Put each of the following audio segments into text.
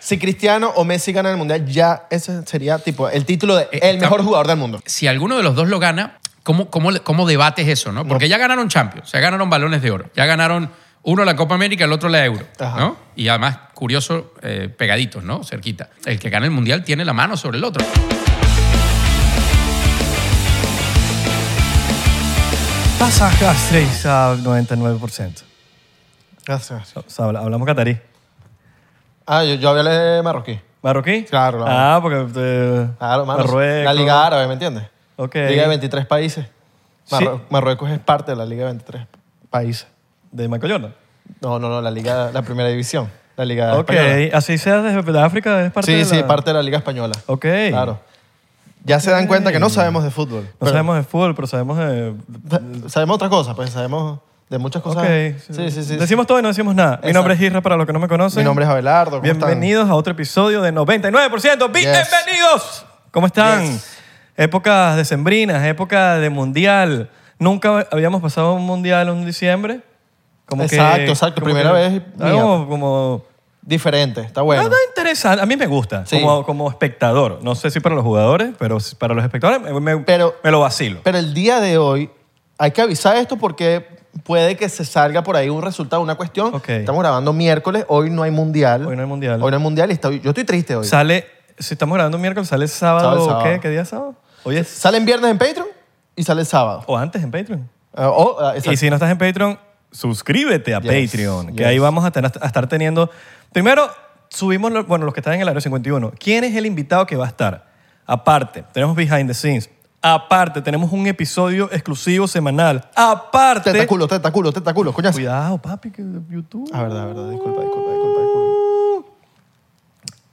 si Cristiano o Messi ganan el mundial, ya ese sería tipo el título de el mejor jugador del mundo. Si alguno de los dos lo gana, ¿cómo, cómo, cómo debates eso? ¿no? Porque ya ganaron Champions, ya ganaron balones de oro, ya ganaron uno la Copa América, el otro la Euro. Ajá. ¿no? Y además, curioso, eh, pegaditos, ¿no? cerquita. El que gana el mundial tiene la mano sobre el otro. Pasas gas 3 a 99%. Gracias. O sea, habla- hablamos catarí. Ah, yo, yo hablé de marroquí. ¿Marroquí? Claro, la Ah, porque. eh, Claro, mano. Marruecos. La Liga Árabe, ¿me entiendes? Ok. Liga de 23 países. Sí. Marro- Marruecos es parte de la Liga de 23 países. De Michael Jordan. No, no, no, la Liga, la primera división. La Liga Ok, española. así sea desde África, es parte sí, de sí, la- parte de la Liga española. Ok. Claro. Ya se dan cuenta que no sabemos de fútbol. No sabemos de fútbol, pero sabemos de. Sa- Sabemos otra cosa, pues sabemos de muchas cosas. Ok. Sí, sí, sí. Decimos todo y no decimos nada. Mi Exacto. nombre es Isra, para los que no me conocen. Mi nombre es Abelardo. ¿cómo están? Bienvenidos a otro episodio de 99%. ¡Bienvenidos! ¿Cómo están? Yes. Épocas decembrinas, época de mundial. Nunca habíamos pasado un mundial en diciembre. Como que- Exacto, exacto. como Primera que- vez Ah, mía. Como, como- Diferente, está bueno. Nada interesante. A mí me gusta, Sí. como, como espectador. No sé si para los jugadores, pero si para los espectadores me, me- Pero- me lo vacilo. Pero el día de hoy hay que avisar esto porque puede que se salga por ahí un resultado, una cuestión. Ok. Estamos grabando miércoles, hoy no hay mundial. Hoy no hay mundial. Hoy no hay mundial y está- yo estoy triste hoy. sale, si estamos grabando un miércoles, sale sábado. Sábado, sábado. ¿qué? ¿Qué día es sábado? Hoy es- Salen viernes en Patreon y sale el sábado. o antes en Patreon. Ah, oh, ah, exacto. Y si no estás en Patreon, suscríbete a Yes, Patreon, que yes. ahí vamos a, tener- a estar teniendo... Primero, subimos, lo- bueno, los que están en el área 51. ¿Quién es el invitado que va a estar? Aparte, tenemos behind the scenes. Aparte, tenemos un episodio exclusivo semanal. Aparte... Ah, Tentaculo, tentaculo, tentaculo, coñazo. Cuidado, papi, que YouTube... Ah, verdad, verdad, disculpa, disculpa, disculpa. disculpa.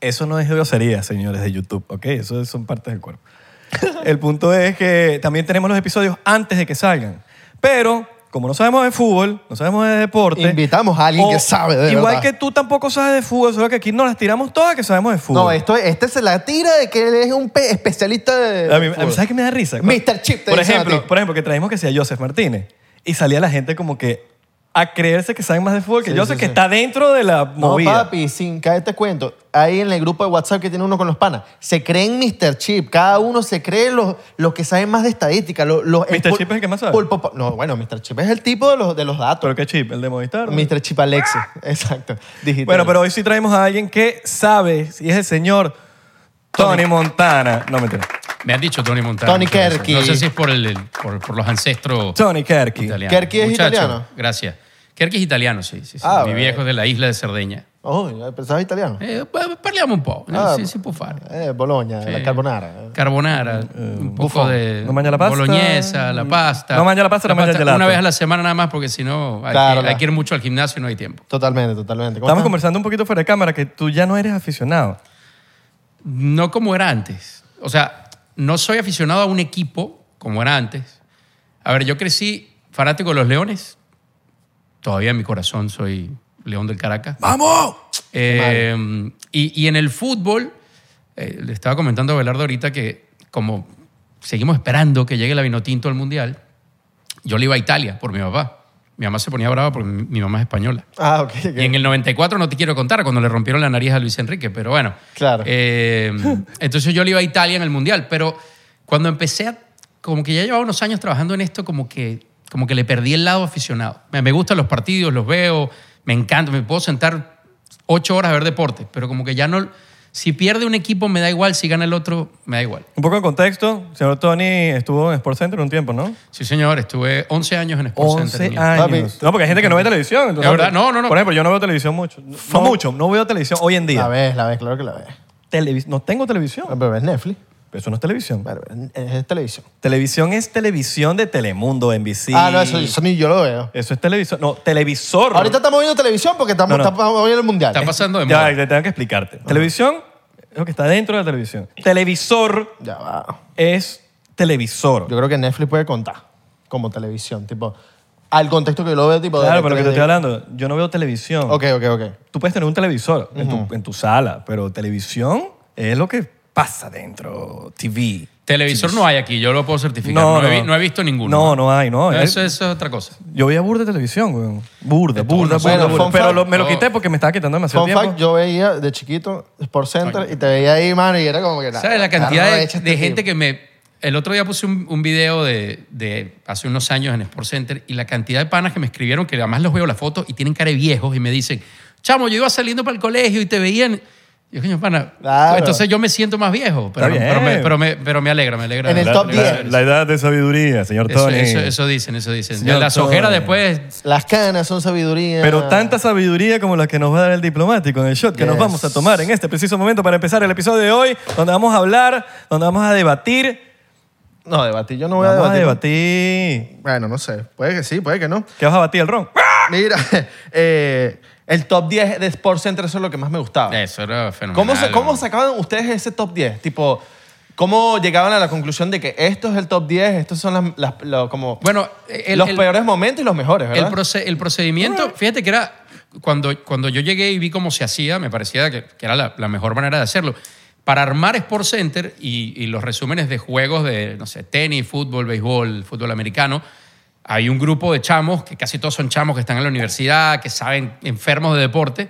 Eso no es grosería, señores de YouTube, ¿ok? Eso son partes del cuerpo. El punto es que también tenemos los episodios antes de que salgan. Pero, como no sabemos de fútbol, no sabemos de deporte... Invitamos a alguien o- que sabe de Igual verdad. que tú tampoco sabes de fútbol, solo que aquí nos las tiramos todas que sabemos de fútbol. No, esto, este se la tira de que él es un pe- especialista de. A mí- a mí, fútbol. ¿Sabes qué me da risa? Mr. Chip te por dicen a ejemplo, ti. por ejemplo, que traímos que sea Joseph Martínez y salía la gente como que a creerse que saben más de fútbol que Sí, Joseph, sí, que sí. está dentro de la No, movida. papi, sin caerte cuento. Ahí en el grupo de WhatsApp que tiene uno con los panas, se creen Mr. Chip. Cada uno se cree los, los que saben más de estadística. Los, los- Mr. pul- Chip es el que más sabe. pulpo pa- no, bueno, Mr. Chip es el tipo de los, de los datos. Pero qué chip, el de Movistar. ¿no? Mr. Chip Alexis. Exacto. Digital. Bueno, pero hoy sí traemos a alguien que sabe si es el señor Tony Montana. No, mentira. Me han dicho Tony Montana. Tony muchas veces. Kerky. No sé si es por, el, el- por, por los ancestros Tony Kerky. italianos. Kerky es Muchacho, italiano. Gracias. Kerky es italiano, sí. sí, sí. Ah, Mi bueno. viejo es de la isla de Cerdeña. Oh, pensaba italiano. Eh, pa- parliamo un po', Ah, si, si può fare. Eh, Bologna, Sì. la carbonara. Carbonara, un poco Eh, buffon. de Non mangia la pasta? bolognesa, la pasta. Non mangia la pasta, non mangia il gelato. Una vez a la semana nada más porque si no hay, Claro, que, la- hay que ir mucho al gimnasio y no hay tiempo. Totalmente, totalmente. ¿Cómo Estamos están? conversando un poquito fuera de cámara que tú ya no eres aficionado. No como era antes. O sea, no soy aficionado a un equipo como era antes. A ver, yo crecí fanático de los Leones. Todavía en mi corazón soy León del Caracas. ¡Vamos! Eh, y, y en el fútbol, eh, le estaba comentando a Belardo ahorita que como seguimos esperando que llegue la Vinotinto al Mundial, yo le iba a Italia por mi papá. Mi mamá se ponía brava porque mi, mi mamá es española. Ah, ok. ok. Y en el 94 no te quiero contar cuando le rompieron la nariz a Luis Enrique, pero bueno. Claro. Eh, entonces yo le iba a Italia en el Mundial, pero cuando empecé a, como que ya llevaba unos años trabajando en esto, como que, como que le perdí el lado aficionado. Me, me gustan los partidos, los veo, me encanta, me puedo sentar ocho horas a ver deportes, pero como que ya no... Si pierde un equipo me da igual, si gana el otro me da igual. Un poco de contexto, el señor Tony estuvo en Sports Center un tiempo, ¿no? Sí, señor, estuve 11 años en Sports 11 Center. años. Papi. No, porque hay gente que no ve televisión. entonces- Es verdad, no, no, no. Por ejemplo, yo no veo televisión mucho. No, No. mucho, no veo televisión hoy en La día. ves, la ves, claro que la ves. Televis- no tengo Ah, televisión. Pero ves Netflix. Eso no es televisión. Pero es- es televisión. Televisión es televisión de Telemundo, NBC. Ah, no, eso, eso ni yo lo veo. Eso es televisor. No, televisor. Ahorita estamos viendo televisión porque estamos, No, no. estamos viendo el mundial. Está pasando de moda. Ya, te tengo que explicarte. Televisión es lo que está dentro de la televisión. Televisor Ya va. es televisor. Yo creo que Netflix puede contar como televisión, tipo, al contexto que yo lo veo, tipo... de- claro, pero lo que te de- estoy hablando, yo no veo televisión. Ok, ok, ok. Tú puedes tener un televisor en, tu, en tu sala, pero televisión es lo que pasa dentro, TV. Televisor no hay aquí, yo lo puedo certificar. No, No, he, no. vi- no he visto ninguno. No, no hay, no. hay. Eso, eso es otra cosa. Yo veía burda de televisión, weón. Burda, De todo, burda, no sé. burda, Bueno, burda. fun Pero fact- lo- me lo No. quité porque me estaba quitando demasiado Fun tiempo. fact, yo veía de chiquito Sport Center y te veía ahí, mano, y era como que... ¿Sabes la "Ah, cantidad no, de, echa este de gente tipo". que me... El otro día puse un, un video de, de hace unos años en Sport Center y la cantidad de panas que me escribieron, que además los veo las fotos y tienen cara de viejos y me dicen, chamo, yo iba saliendo para el colegio y te veían... Y Yo, coño, pana, Claro. entonces yo me siento más viejo, pero, Está bien. pero, me, pero, me, pero me alegra, me alegra. En el Me top alegra. 10. edad de sabiduría, señor Eso, eso- eso dicen, eso dicen. Señor Las Tony. ojeras después... Las canas son sabiduría. Pero tanta sabiduría como la que nos va a dar el diplomático en el shot que nos Yes. vamos a tomar en este preciso momento para empezar el episodio de hoy, donde vamos a hablar, donde vamos a debatir. No, debatir yo no voy a Vamos a debatir. debatir. Bueno, no sé. Puede que sí, puede que no. ¿Qué vas a batir el ron? Mira, eh, el top 10 de Sport Center, eso es lo que más me gustaba. Eso era fenomenal. ¿Cómo, se- ¿Cómo ¿no? sacaban ustedes ese top 10? Tipo, ¿cómo llegaban a la conclusión de que esto es el top 10, estos son las, las- lo- como Bueno, el- los el- peores momentos y los mejores, El, Pues, ¿verdad? proce- el procedimiento, fíjate que era, cuando, cuando yo llegué y vi cómo se hacía, me parecía que, que era la, la mejor manera de hacerlo. Para armar Sport Center y, y los resúmenes de juegos de, no sé, tenis, fútbol, béisbol, fútbol americano, hay un grupo de chamos, que casi todos son chamos que están en la universidad, que saben enfermos de deporte,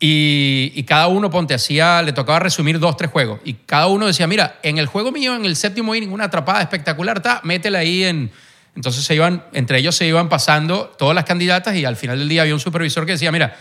y, y cada uno, ponte, hacía, le tocaba resumir dos, tres juegos. Y cada uno decía, mira, en el juego mío, en el séptimo inning, una atrapada espectacular, ta, métela ahí en... Entonces se iban, entre ellos se iban pasando todas las candidatas y al final del día había un supervisor que decía, mira,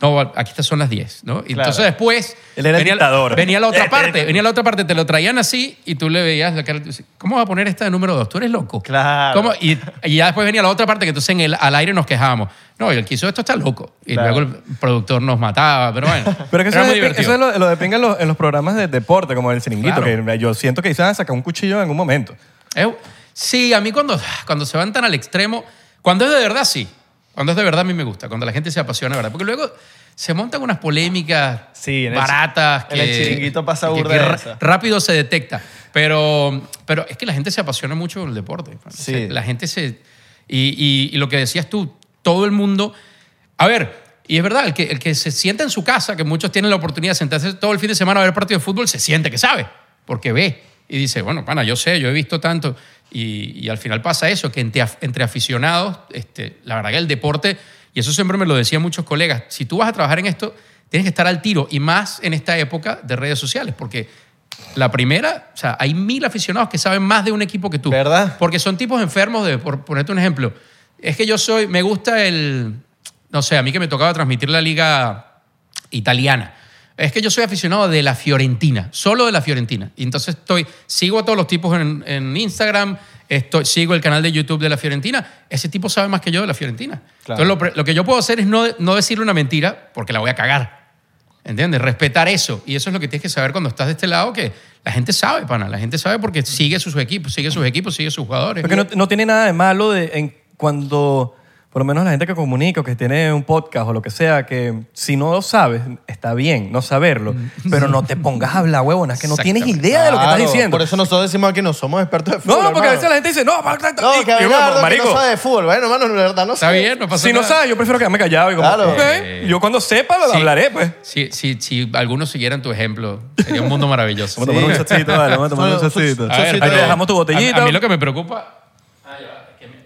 no, aquí estas son las 10, ¿no? Y Claro. entonces después... Él era el venía, dictador. venía la otra parte, venía la otra parte, te lo traían así y tú le veías la cara, y tú decías, ¿cómo va a poner esta de número 2? Tú eres loco. Claro. ¿Cómo? Y, y ya después venía la otra parte que entonces en el, al aire nos quejábamos. No, y el que hizo esto está loco. Y Claro. luego el productor nos mataba, pero bueno. Pero que eso, era es muy de pin- divertido. eso es lo, lo de pinga en los, en los programas de deporte, como el chiringuito, Claro. que yo siento que quizás sacar un cuchillo en algún momento. Eh, sí, a mí cuando, cuando se van tan al extremo, cuando es de verdad, sí. Cuando es de verdad, a mí me gusta. Cuando la gente se apasiona, ¿verdad? Porque luego se montan unas polémicas Sí, en el- baratas. en el que- chiringuito pasa que- burda que de ra- esa. Rápido se detecta. Pero, pero es que la gente se apasiona mucho por el deporte. Sí. Se- La gente se... Y, y- y lo que decías tú, todo el mundo... A ver, y es verdad, el que, el que se sienta en su casa, que muchos tienen la oportunidad de sentarse todo el fin de semana a ver partido de fútbol, se siente que sabe, porque ve y dice, bueno, pana, yo sé, yo he visto tanto. Y, y al final pasa eso, que entre, af- entre aficionados, este, la verdad que el deporte, y eso siempre me lo decían muchos colegas, si tú vas a trabajar en esto, tienes que estar al tiro, y más en esta época de redes sociales, porque la primera, o sea, hay mil aficionados que saben más de un equipo que tú. ¿Verdad? Porque son tipos enfermos de, por ponerte un ejemplo, es que yo soy, me gusta el, no sé, a mí que me tocaba transmitir la liga italiana. Es que yo soy aficionado de la Fiorentina, solo de la Fiorentina. Y entonces estoy, sigo a todos los tipos en, en Instagram, estoy, sigo el canal de YouTube de la Fiorentina. Ese tipo sabe más que yo de la Fiorentina. Claro. Entonces lo, pre- lo que yo puedo hacer es no, no decirle una mentira porque la voy a cagar. ¿Entiendes? Respetar eso. Y eso es lo que tienes que saber cuando estás de este lado, que la gente sabe, pana. La gente sabe porque sigue sus equipos, sigue sus equipos, sigue sus jugadores. Porque no, no tiene nada de malo de, en cuando, por lo menos la gente que comunica o que tiene un podcast o lo que sea, que si no lo sabes, está bien no saberlo, Mm. pero no te pongas a hablar huevonas, que no tienes Exactamente. idea de lo que estás Claro, diciendo. Por eso nosotros decimos aquí no somos expertos de fútbol. no, no, porque a veces hermano. la gente dice, no, pa- ta- ta- No, y- que y bueno, Abelardo que marico, no sabe de fútbol. Bueno, hermano, la verdad no Está sé. bien, no pasa si no nada. sabes, yo prefiero quedarme callado y como, Claro. ok, yo cuando sepa lo Sí. hablaré, pues. Si, si, si algunos siguieran tu ejemplo, sería un mundo maravilloso. Vamos a tomar un chocito, vale, vamos a tomar un Bueno, chocito. un A ver, Chocito. Ahí te pero- dejamos tu botellita. A, a mí lo que me preocupa... Ah, ya va, es que me-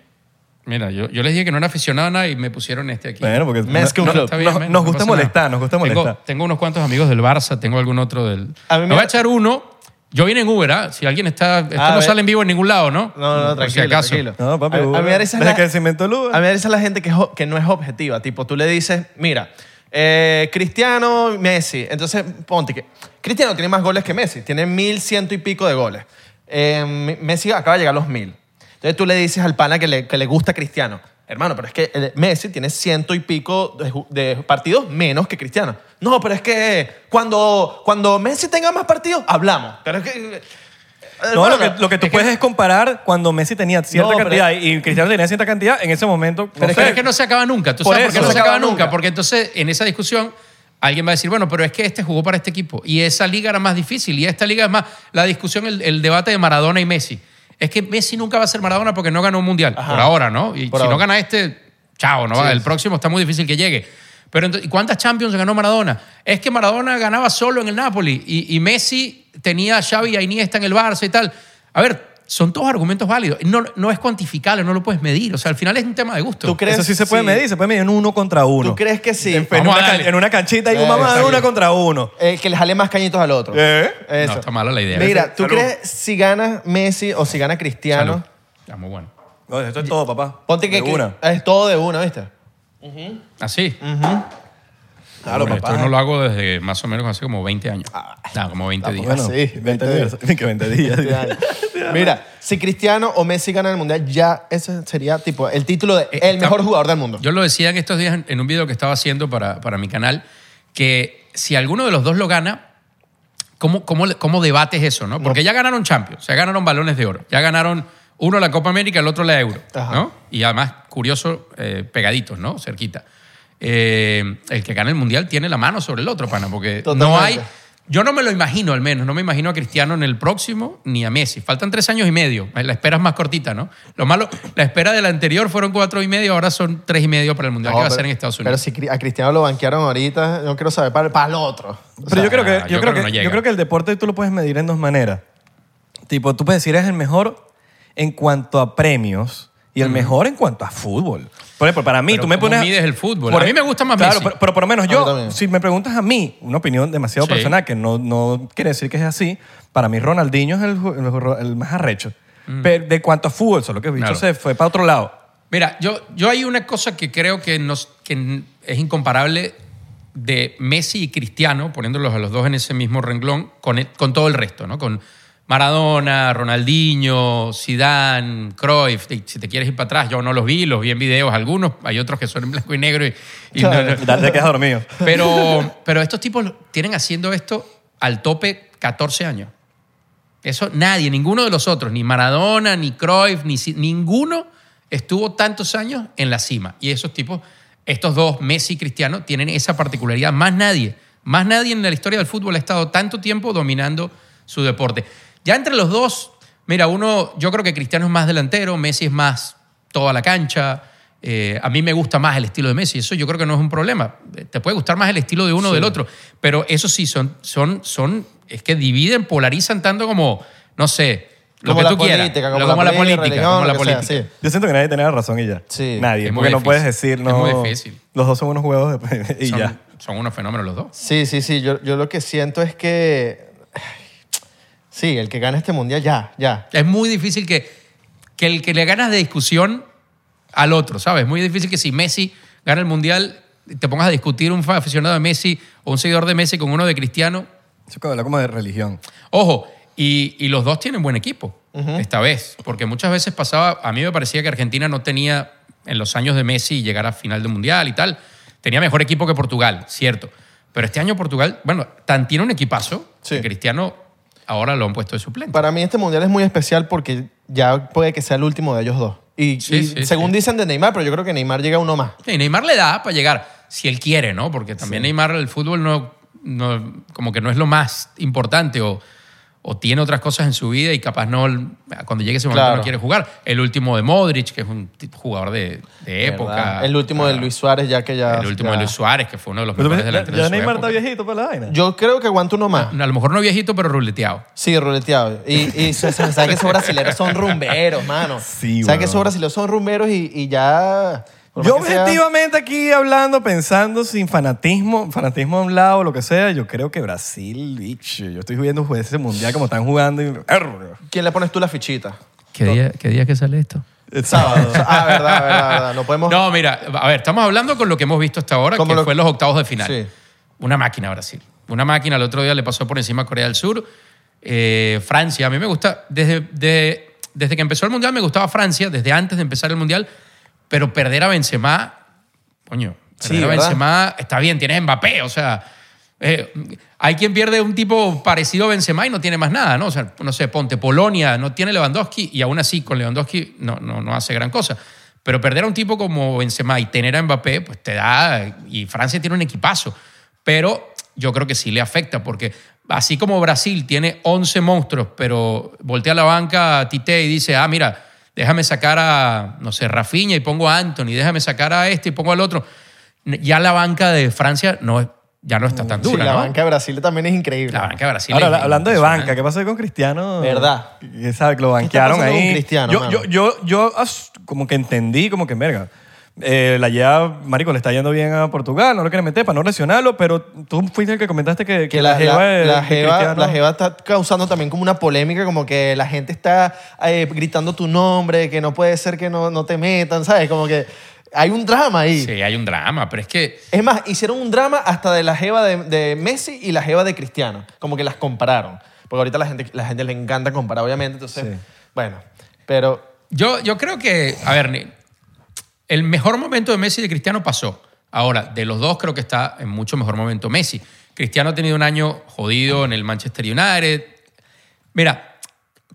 Mira, yo, yo les dije que no era aficionado a nada y me pusieron este aquí. Bueno, porque Mezcla un no- club. está bien, nos- men, nos no gusta pasa nada. molestar, nos gusta Tengo- molestar. Tengo, unos cuantos amigos del Barça, tengo algún otro del... A mí me me- voy a echar uno. Yo vine en Uber, ¿ah? Si alguien está... Esto A no ver. sale en vivo en ningún lado, ¿no? No, no, Por si tranquilo, acaso. tranquilo. No, papi, a, a mí Uber. me parece Desde la- que se inventó el Uber. A mí me parece la gente que, es o- que no es objetiva. Tipo, tú le dices, mira, eh, Cristiano, Messi. Entonces, ponte que Cristiano tiene más goles que Messi. Tiene mil ciento y pico de goles. Eh, M- Messi acaba de llegar a los mil. Entonces tú le dices al pana que le, que le gusta Cristiano. Hermano, pero es que eh, Messi tiene ciento y pico de, ju- de partidos menos que Cristiano. No, pero es que cuando, cuando Messi tenga más partidos, hablamos. Pero es que... eh, No, hermano, lo que, lo que tú es que- puedes es comparar cuando Messi tenía cierta No, pero- cantidad y Cristiano tenía cierta cantidad, en ese momento. Pero no es que- sé. es que no se acaba nunca. ¿Tú Por sabes por qué eso. no se acaba nunca? nunca. Porque entonces en esa discusión alguien va a decir, bueno, pero es que este jugó para este equipo y esa liga era más difícil y esta liga es más... La discusión, el, el debate de Maradona y Messi. Es que Messi nunca va a ser Maradona porque no ganó un mundial. Ajá. Por ahora, ¿no? Y Por si no ahora. gana este, chao, ¿no? Sí, el sí. próximo está muy difícil que llegue. Pero ento- ¿y cuántas Champions ganó Maradona? Es que Maradona ganaba solo en el Napoli y, y Messi tenía a Xavi y a Iniesta en el Barça y tal. A ver, son todos argumentos válidos. No, no es cuantificable, no lo puedes medir. O sea, al final es un tema de gusto. ¿Tú crees? Eso sí se puede sí. medir, se puede medir en uno contra uno. ¿Tú crees que sí? En, en Vamos a una, can- darle. en una canchita y Eh, un mamá está de una bien. contra uno. El eh, que le jale más cañitos al otro. ¿Eh? Eso. No, está mala la idea. Mira, ¿tú Salud. crees si gana Messi o si gana Cristiano? Salud. Está muy bueno. No, esto es todo, papá. Ponte que De una. es todo de una, ¿viste? Así. Claro, Hombre, papá. Esto no lo hago desde más o menos hace como 20 años. Ah, No, como 20 días. Bueno, Sí, 20 días. Que 20 días. Mira, si Cristiano o Messi ganan el mundial, ya ese sería tipo el título de Eh, el está- mejor jugador del mundo. Yo lo decía en estos días en- en un video que estaba haciendo para, para mi canal, que si alguno de los dos lo gana, ¿cómo, cómo, le- cómo debates eso? ¿no? Porque ya ganaron Champions, ya ganaron balones de oro, ya ganaron uno la Copa América, el otro la Euro. Ajá. ¿no? Y además, curioso, eh, pegaditos, ¿no? cerquita. Eh, el que gana el Mundial tiene la mano sobre el otro, pana, porque Eh, no Totalmente. hay... Yo no me lo imagino, al menos. No me imagino a Cristiano en el próximo ni a Messi. Faltan tres años y medio. Eh, La espera es más cortita, ¿no? Lo malo, la espera del anterior fueron cuatro y medio, ahora son tres y medio para el Mundial No, que va a pero- ser en Estados Pero Unidos. si Cri- a Cristiano lo banquearon ahorita, no quiero saber para, para el otro. O Pero sea, yo creo que, ah, yo creo que, no llega. yo creo que el deporte tú lo puedes medir en dos maneras. Tipo, tú puedes decir es el mejor en cuanto a premios y el mejor en cuanto a fútbol. Por ejemplo, para mí, Pero tú me ¿cómo pones. mides el fútbol? Por A mí e- me gusta más Claro, Messi. pero, pero por lo menos A mí yo, también. si me preguntas a mí, una opinión demasiado Sí. personal que no, no quiere decir que es así. Para mí, Ronaldinho es el, ju- el ju- el más arrecho. Pero de cuanto a fútbol, solo que el bicho Mm. Claro. se fue para otro lado. Mira, yo, yo hay una cosa que creo que, nos, que n- es incomparable de Messi y Cristiano, poniéndolos a los dos en ese mismo renglón, con, el- con todo el resto, ¿no? Con Maradona, Ronaldinho, Zidane, Cruyff, y si te quieres ir para atrás, yo no los vi, los vi en videos algunos, hay otros que son en blanco y negro y, y no- no- Dale, te quedas dormido. pero, pero estos tipos lo- tienen haciendo esto al tope 14 años. Eso nadie, ninguno de los otros, ni Maradona, ni Cruyff, ni Si- ninguno estuvo tantos años en la cima. Y esos tipos, estos dos, Messi y Cristiano, tienen esa particularidad. Más nadie, más nadie en la historia del fútbol ha estado tanto tiempo dominando su deporte. Ya entre los dos, mira, uno, yo creo que Cristiano es más delantero, Messi es más toda la cancha. Eh, a mí me gusta más el estilo de Messi, eso yo creo que no es un problema. Te puede gustar más el estilo de uno o del otro, pero eso sí, son, son, son, es que dividen, polarizan tanto como, no sé, lo Como que la tú quieras. política, Lo- como como, la la ley, política, religión, como la lo que sea, política. sí. Yo siento que nadie tenía razón y ya. Sí. Nadie. Es muy porque no difícil. puedes decir, Es no. muy difícil. Los dos son unos juegos de- y Son, ya. son unos fenómenos los dos. Sí, sí, sí. Yo, yo lo que siento es que. Sí, el que gana este mundial, ya, ya. Es muy difícil que, que el que le ganas de discusión al otro, ¿sabes? Es muy difícil que si Messi gana el Mundial, te pongas a discutir un fan aficionado de Messi o un seguidor de Messi con uno de Cristiano, Eso que habla como de religión. Ojo, y, y los dos tienen buen equipo esta vez, porque muchas veces pasaba, a mí me parecía que Argentina no tenía, en los años de Messi, llegar a final del Mundial y tal, tenía mejor equipo que Portugal, cierto. Pero este año Portugal, bueno, tan tiene un equipazo, Sí. que Cristiano ahora lo han puesto de suplente. Para mí este mundial es muy especial porque ya puede que sea el último de ellos dos. Y, Sí, y sí, según sí. dicen de Neymar, pero yo creo que Neymar llega uno más. Y Neymar le da para llegar, si él quiere, ¿no? Porque también Neymar el fútbol no, no- como que no es lo más importante o, o tiene otras cosas en su vida y capaz no, cuando llegue ese momento Claro. no quiere jugar. El último de Modric, que es un t- jugador de, de época. ¿Verdad? El último de Ah, Luis Suárez, ya que ya. El último ya- de Luis Suárez, que fue uno de los Pero tú mejores ves, ya, delanteros de ya su Neymar época. está viejito para la vaina. Yo creo que aguanta uno más. A lo mejor Ah, no viejito, pero ruleteado. Sí, ruleteado. Y, y se, se sabe que esos brasileños son rumberos, mano. Sí, Sabe weón. que esos brasileños son rumberos y, y ya. por Yo más que sea- objetivamente aquí hablando, pensando sin fanatismo, fanatismo a un lado, lo que sea, yo creo que Brasil, bicho, yo estoy viendo jugar ese mundial como están jugando y... ¿Quién le pones tú la fichita? ¿Qué día, ¿Qué día que sale esto? Sábado. ah, verdad, verdad, verdad. No podemos. No, mira, a ver, estamos hablando con lo que hemos visto hasta ahora, Como que lo- fue los octavos de final. Sí. Una máquina Brasil. Una máquina, el otro día le pasó por encima a Corea del Sur. Eh, Francia, a mí me gusta, desde, de- desde que empezó el Mundial me gustaba Francia, desde antes de empezar el Mundial, pero perder a Benzema, coño, perder Sí, a ¿verdad? Benzema, está bien, tienes a Mbappé, o sea, eh, hay quien pierde un tipo parecido a Benzema y no tiene más nada, ¿no? O sea, no sé, ponte Polonia, no tiene Lewandowski y aún así con Lewandowski no, no, no hace gran cosa. Pero perder a un tipo como Benzema y tener a Mbappé, pues te da, y Francia tiene un equipazo, pero yo creo que sí le afecta porque así como Brasil tiene 11 monstruos, pero voltea a la banca a Tite y dice, ah, mira, déjame sacar a, no sé, Rafinha y pongo a Anthony, déjame sacar a este y pongo al otro ya la banca de Francia no es, ya no está tan Sí, dura, la ¿no? banca de Brasil también es increíble. La banca de Brasil. Ahora, es hablando de banca, impresionante. ¿qué pasó con Cristiano? Verdad. Que sabe, que lo banquearon pasando ahí. con Cristiano, yo, mano? yo, yo, yo as- como que entendí, como que, verga, eh, la lleva, marico, le está yendo bien a Portugal, no lo quieren meter para no lesionarlo, pero tú fuiste el que comentaste que, Que la, jeva, de- la de jeva- Cristiano- la jeva está causando también como una polémica, como que la gente está eh, gritando tu nombre, que no puede ser que no, no te metan, ¿sabes? Como que hay un drama ahí. Sí, hay un drama, pero es que. Es más, hicieron un drama hasta de la jeva de, de Messi y la jeva de Cristiano, como que las compararon. Porque ahorita la gente, la gente le encanta comparar, obviamente, entonces, Sí. bueno, pero Yo, yo creo que, a ver, ni- el mejor momento de Messi y de Cristiano pasó. Ahora, de los dos creo que está en mucho mejor momento Messi. Cristiano ha tenido un año jodido en el Manchester United. Mira,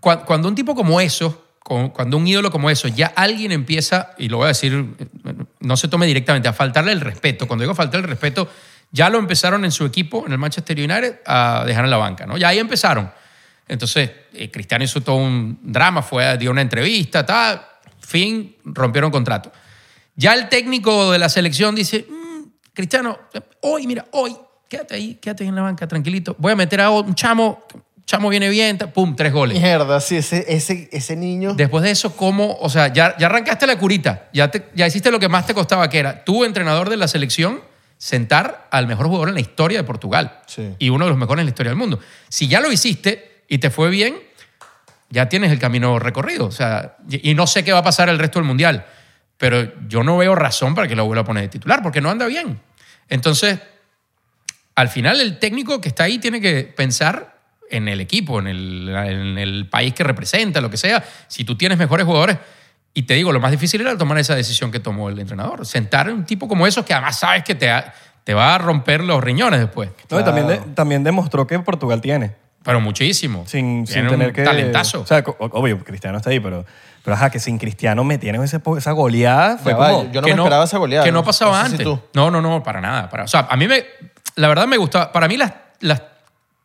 cua- cuando un tipo como eso, cu- cuando un ídolo como eso, ya alguien empieza, y lo voy a decir, no se tome directamente, a faltarle el respeto. Cuando digo faltar el respeto, ya lo empezaron en su equipo, en el Manchester United, a dejar en la banca, ¿no? Ya ahí empezaron. Entonces, eh, Cristiano hizo todo un drama, fue, dio una entrevista, tal, fin, rompieron contrato. Ya el técnico de la selección dice, "Mm, Cristiano, hoy, mira, hoy, quédate ahí, quédate ahí en la banca, tranquilito. Voy a meter a un chamo, chamo viene bien, ta- pum, tres goles. mierda, sí, ese, ese, ese niño... Después de eso, ¿cómo? O sea, ya, ya arrancaste la curita, ya, te- ya hiciste lo que más te costaba, que era tú, entrenador de la selección, sentar al mejor jugador en la historia de Portugal Sí. y uno de los mejores en la historia del mundo. Si ya lo hiciste y te fue bien, ya tienes el camino recorrido. O sea, y y no sé qué va a pasar el resto del Mundial, pero yo no veo razón para que lo vuelva a poner de titular, porque no anda bien. Entonces, al final el técnico que está ahí tiene que pensar en el equipo, en el, en el país que representa, lo que sea. Si tú tienes mejores jugadores, y te digo, lo más difícil era tomar esa decisión que tomó el entrenador. Sentar a un tipo como esos que además sabes que te, ha- te va a romper los riñones después. No, y también, de- también demostró que Portugal tiene. Pero muchísimo. Sin, sin Tiene un tener que. Talentazo. O sea, co- obvio, Cristiano está ahí, pero, pero ajá, que sin Cristiano metieron ese, po- esa goleada. Fue Ya va, como. yo- no me esperaba esa goleada, Que no- no pasaba no sé si antes. tú. No, no, no, para nada. para- o sea, a mí me. La verdad me gustaba. Para mí, las, las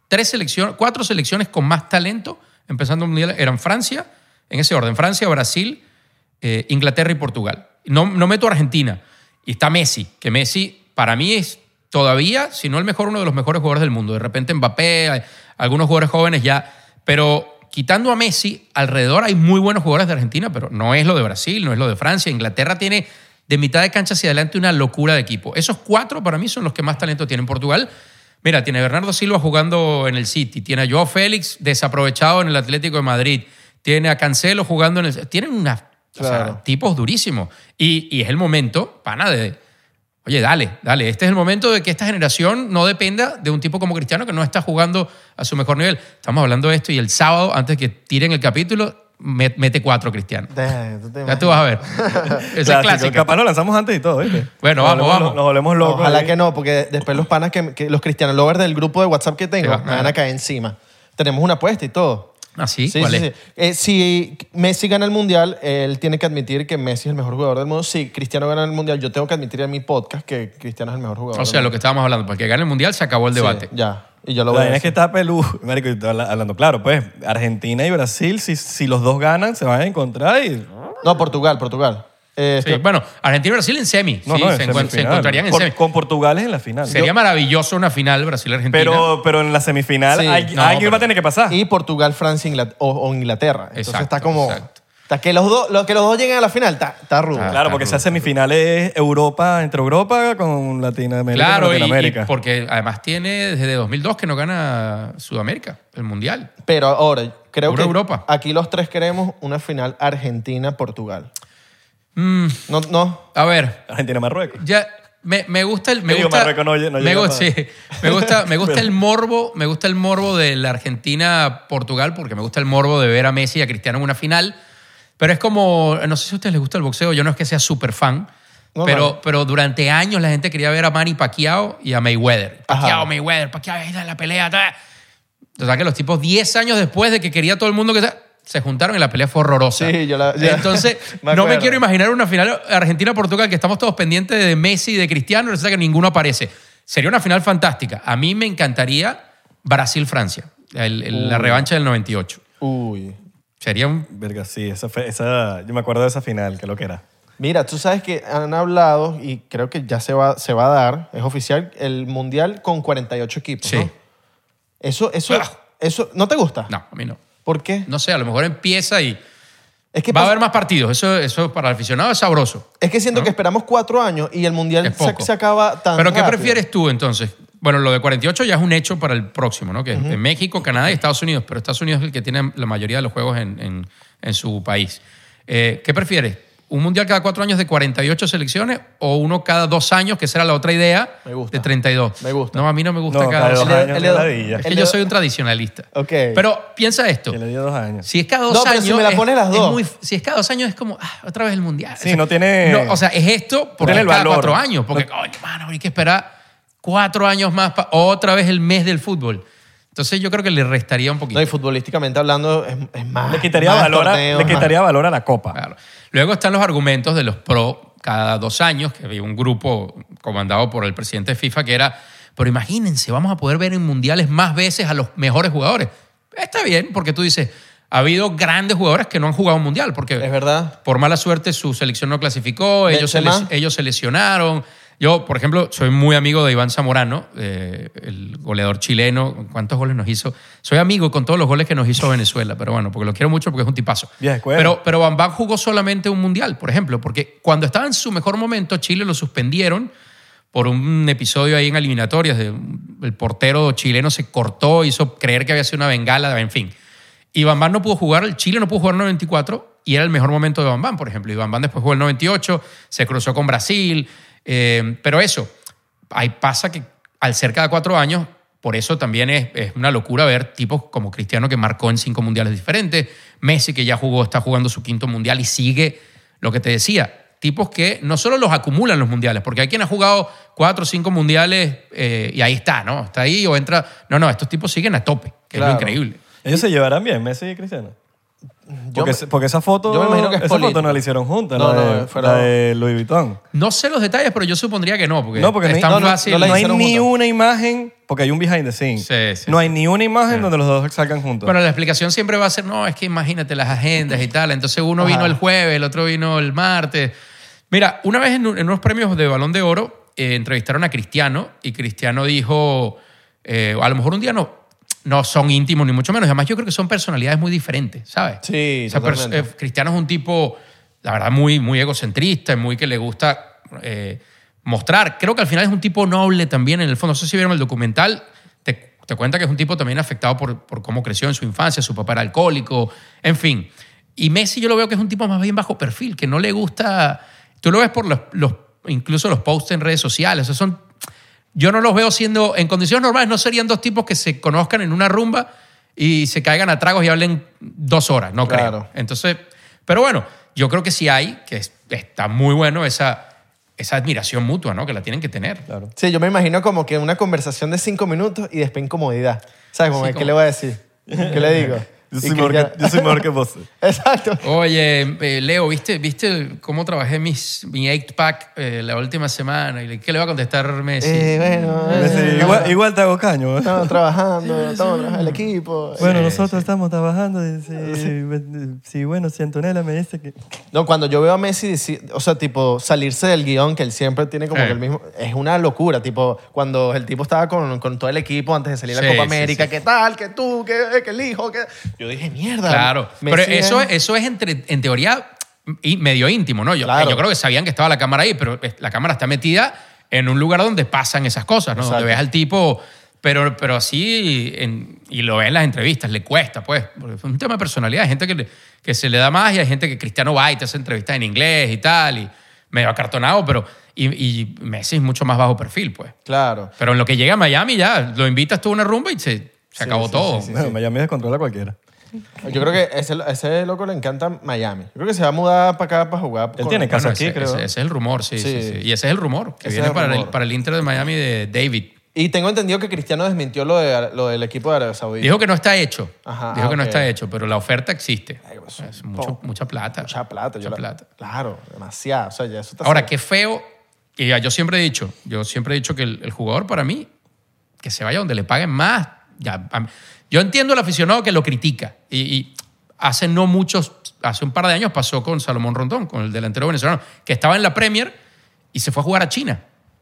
tres selecciones, cuatro selecciones con más talento, empezando el mundial, eran Francia, en ese orden: Francia, Brasil, eh, Inglaterra y Portugal. No, no meto a Argentina. Y está Messi, que Messi para mí es todavía, si no el mejor, uno de los mejores jugadores del mundo. De repente Mbappé, hay algunos jugadores jóvenes ya. Pero quitando a Messi, alrededor hay muy buenos jugadores de Argentina, pero no es lo de Brasil, no es lo de Francia. Inglaterra tiene de mitad de cancha hacia adelante una locura de equipo. Esos cuatro para mí son los que más talento tienen. Portugal, mira, tiene a Bernardo Silva jugando en el City, tiene a Joao Félix desaprovechado en el Atlético de Madrid, tiene a Cancelo jugando en el... Tienen unas... o sea, Claro. tipos durísimos. Y, y es el momento, pana, de. Oye, dale, dale. Este es el momento de que esta generación no dependa de un tipo como Cristiano que no está jugando a su mejor nivel. Estamos hablando de esto y el sábado, antes que tiren el capítulo, met- mete cuatro, Cristiano. Damn, tú te Ya tú imaginas. vas a ver. Esa es Clásico. clásica. Capaz lo lanzamos antes y todo, ¿viste? Bueno, Nos vamos, volvemos- vamos. Nos volvemos locos. Ojalá ahí. que no, porque después los panas, que, que los cristianos lovers del grupo de WhatsApp que Te tengo, va- me van a caer encima. Tenemos una apuesta y todo. ¿Ah, sí? ¿Cuál es? Eh, si Messi gana el Mundial, él tiene que admitir que Messi es el mejor jugador del mundo. Si Cristiano gana el Mundial, yo tengo que admitir en mi podcast que Cristiano es el mejor jugador O sea, del lo que estábamos hablando, para que gane el mundial se acabó el mundo. debate. Sí, ya. Y yo lo La voy a vaina es que decir. está pelú, marico, y estoy habla- hablando claro, pues Argentina y Brasil, si, si los dos ganan, se van a encontrar y... No, Portugal, Portugal. Eh, Sí, estoy- bueno, Argentina y Brasil en semi. No, sí, no, en se, encuent- se semifinal. encontrarían en Por- semi. Con Portugal es en la final. Sería maravilloso una final Brasil-Argentina. pero, pero en la semifinal Sí. hay- No, alguien pero- va a tener que pasar. Y Portugal, Francia Ingla- o, o Inglaterra. Entonces Exacto, está como... exacto. Está que, los dos, lo, que los dos lleguen a la final está, está rudo. Ah. claro, porque está esas semifinales es Europa, entre Europa con Latinoamérica. Claro, con y- Latinoamérica. y porque además tiene desde 2002 que no gana Sudamérica, el Mundial. Pero ahora, creo Pura que Europa. aquí los tres queremos una final Argentina-Portugal. No, no. Mm, A ver, Argentina-Marruecos. ya me, me gusta el me Digo, gusta, Marruecos no lle- no me, llega gu- para- sí, me gusta me gusta el morbo, me gusta el morbo de la Argentina Portugal porque me gusta el morbo de ver a Messi y a Cristiano en una final, pero es como no sé si a ustedes les gusta el boxeo, yo no es que sea súper fan. No, pero, vale. pero durante años la gente quería ver a Manny Pacquiao y a Mayweather. Ajá. Pacquiao, Mayweather, Pacquiao, ahí está la pelea. ta. O sea que los tipos 10 años después de que quería todo el mundo que se, se juntaron y la pelea fue horrorosa. Sí, yo la- yo- Entonces, Me no me acuerdo. quiero imaginar una final Argentina-Portugal que estamos todos pendientes de Messi y de Cristiano, resulta que ninguno aparece. Sería una final fantástica. A mí me encantaría Brasil-Francia, el- el- la revancha del 98. Uy. Sería un... Verga, sí, esa, fue- esa, yo me acuerdo de esa final, que lo que era. Mira, tú sabes que han hablado y creo que ya se va, se va a dar, es oficial, el mundial con 48 equipos. Sí. ¿no? Eso, eso, Ah. eso, ¿no te gusta? No, a mí no. ¿Por qué? No sé, a lo mejor empieza y Es que, va a pasa- haber más partidos. Eso, eso para el aficionado es sabroso. es que siento que esperamos cuatro años y el mundial Es se, poco. se acaba tan ¿Pero qué rápido. prefieres tú entonces? Bueno, lo de 48 ya es un hecho para el próximo, ¿no? Que es de México, Canadá y Estados Unidos, pero Estados Unidos es el que tiene la mayoría de los juegos en, en- en su país. Eh, ¿Qué prefieres? ¿Un mundial cada cuatro años de 48 selecciones o uno cada dos años, que será la otra idea, Me gusta. de 32? Me gusta. No, a mí no me gusta No, cada cada dos dos años. años El de- de la villa. Es que El yo de- soy un tradicionalista. Ok. Pero piensa esto. Que le dio dos años. Si es cada dos No, pero años. si me la es- pones las es dos. muy- si es cada dos años, es como, ah, otra vez el mundial. Sí, no tiene- o sea, es esto por tiene cada el valor. cuatro años. Porque, coño, mano, hay que esperar cuatro años más para otra vez el mes del fútbol. Entonces yo creo que le restaría un poquito. No, y futbolísticamente hablando es, es más. Le quitaría, más valor a, torneos, le más- quitaría valor a la copa. Claro. Luego están los argumentos de los pro cada dos años, que había un grupo comandado por el presidente de FIFA que era, pero imagínense, vamos a poder ver en mundiales más veces a los mejores jugadores. Está bien, porque tú dices, ha habido grandes jugadores que no han jugado un mundial, porque Es verdad. por mala suerte su selección no clasificó, ellos se, Benzema. les- ellos se lesionaron. Yo, por ejemplo, soy muy amigo de Iván Zamorano, eh, el goleador chileno. ¿Cuántos goles nos hizo? Soy amigo con todos los goles que nos hizo Venezuela, pero bueno, porque lo quiero mucho porque es un tipazo. Vieja escuela. Pero, pero Bambán jugó solamente un mundial, por ejemplo, porque cuando estaba en su mejor momento, Chile lo suspendieron por un episodio ahí en eliminatorias. de un- el portero chileno se cortó, hizo creer que había sido una bengala, en fin. Y Bambán no pudo jugar, el Chile no pudo jugar en 94 y era el mejor momento de Bambán, por ejemplo. Y Bambán después jugó el 98, se cruzó con Brasil, eh, pero eso, ahí pasa que al ser cada cuatro años, por eso también es, es una locura ver tipos como Cristiano que marcó en cinco mundiales diferentes, Messi que ya jugó, está jugando su quinto mundial y sigue lo que te decía, tipos que no solo los acumulan los mundiales, porque hay quien ha jugado cuatro o cinco mundiales eh, y ahí está, ¿no? Está ahí o entra... No, no, estos tipos siguen a tope, que Claro. es lo increíble. Ellos se llevarán bien, Messi y Cristiano. Yo Porque, me- se- porque esa foto, yo me imagino que es esa foto política. no la hicieron juntas, No, la, de, no, fuera- la de Louis Vuitton. No sé los detalles, pero yo supondría que no, porque, No, porque es no hay- tan no, no, fácil. no la no hay hicieron ni juntos. una imagen, porque hay un behind the scenes. Sí, sí, no sí. hay ni una imagen donde los dos salgan juntos. Bueno, la explicación siempre va a ser, no, es que imagínate las agendas y tal. Entonces uno vino el jueves, el otro vino el martes. Mira, una vez en, un- en unos premios de Balón de Oro eh, entrevistaron a Cristiano y Cristiano dijo, eh, a lo mejor un día no, no son íntimos ni mucho menos. Además yo creo que son personalidades muy diferentes, ¿sabes? Sí, O sea, pers- totalmente. eh, Cristiano es un tipo, la verdad, muy, muy egocentrista, y muy que le gusta eh, mostrar. Creo que al final es un tipo noble también, en el fondo. No sé si vieron el documental, te, te cuenta que es un tipo también afectado por, por cómo creció en su infancia, su papá era alcohólico, en fin. Y Messi yo lo veo que es un tipo más bien bajo perfil, que no le gusta... Tú lo ves por los, los- incluso los posts en redes sociales, o sea, son yo no los veo siendo, en condiciones normales, no serían dos tipos que se conozcan en una rumba y se caigan a tragos y hablen dos horas, no Claro. creo. Entonces, pero bueno, yo creo que sí hay, que es- está muy bueno esa, esa admiración mutua, ¿no? Que la tienen que tener. claro. Sí, yo me imagino como que una conversación de cinco minutos y después incomodidad. ¿Sabes? Como, Sí, ¿qué como- le voy a decir? ¿Qué le digo? Yo Y soy, que mejor ya- que, yo soy mejor que vos. Exacto. Oye, eh, Leo, ¿viste, ¿viste cómo trabajé mis, mi 8-pack eh, la última semana? ¿Y qué le va a contestar Messi? Eh, bueno, eh, Messi, igual, igual te hago caño. ¿eh? estamos trabajando, estamos trabajando el equipo. Bueno, Sí, nosotros estamos trabajando. y si, si, bueno, si Antonella me dice que. No, cuando yo veo a Messi, deci- o sea, tipo, salirse del guión que él siempre tiene como Eh. que el mismo. Es una locura, tipo, cuando el tipo estaba con, con todo el equipo antes de salir a Sí, la Copa sí, América, sí. ¿qué tal? ¿Qué tú? ¿Qué, qué el hijo? ¿Qué? Yo dije, mierda. Claro, Messi pero eso, es- eso es entre- en teoría y medio íntimo, ¿no? Yo, Claro. yo creo que sabían que estaba la cámara ahí, pero es- la cámara está metida en un lugar donde pasan esas cosas, ¿no? Exacto. Donde ves al tipo, pero, pero así, en- y lo ves en las entrevistas, le cuesta, pues. porque Es un tema de personalidad, hay gente que, le- que se le da más y hay gente que Cristiano va y te hace entrevistas en inglés y tal, y medio acartonado, pero... Y, y Messi es mucho más bajo perfil, pues. Claro. Pero en lo que llega a Miami ya, lo invitas tú a una rumba y se, se acabó sí, todo. sí, sí. Bueno, Miami descontrola a cualquiera. Yo creo que ese, a ese loco le encanta Miami. Yo creo que se va a mudar para acá para jugar. Él tiene Bueno, casa aquí, ese, creo. ese- ese es el rumor, sí, Sí. sí, sí. Y ese es el rumor Ese que es viene el para, el, rumor. para el Inter de Miami de David. Y tengo entendido que Cristiano desmintió lo, de, lo del equipo de Arabia Saudita. Dijo que no está hecho. Ajá, Dijo ah, que no ok. está hecho, pero la oferta existe. Ay, pues, un Es mucho- poco. mucha plata. mucha plata. yo Mucha la- plata. Claro, demasiado. O sea, ya eso está Ahora, sal- qué feo. Y ya, yo siempre he dicho, yo siempre he dicho que el, el jugador para mí, que se vaya donde le paguen más. Ya, a mí- yo entiendo al aficionado que lo critica. Y, y hace no muchos, hace un par de años pasó con Salomón Rondón, con el delantero venezolano, que estaba en la Premier y se fue a jugar a China.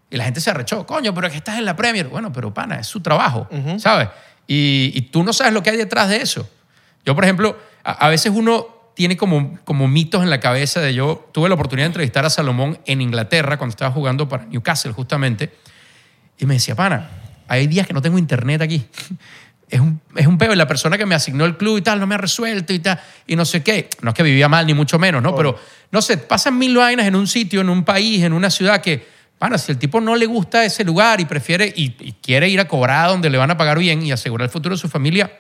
Y la gente se arrechó, coño, pero es que estás en la Premier. Bueno, pero pana, es su trabajo, ¿sabes? Y, y tú no sabes lo que hay detrás de eso. Yo, por ejemplo, a, a veces uno tiene como, como mitos en la cabeza de yo tuve la oportunidad de entrevistar a Salomón en Inglaterra cuando estaba jugando para Newcastle justamente. Y me decía, pana, hay días que no tengo internet aquí. Es un, es un peo. Y la persona que me asignó el club y tal, no me ha resuelto y tal, y no sé qué. No es que vivía mal, ni mucho menos, ¿no? Oh. Pero, no sé, pasan mil vainas en un sitio, en un país, en una ciudad que, bueno, si el tipo no le gusta ese lugar y prefiere y, y quiere ir a cobrar donde le van a pagar bien y asegurar el futuro de su familia,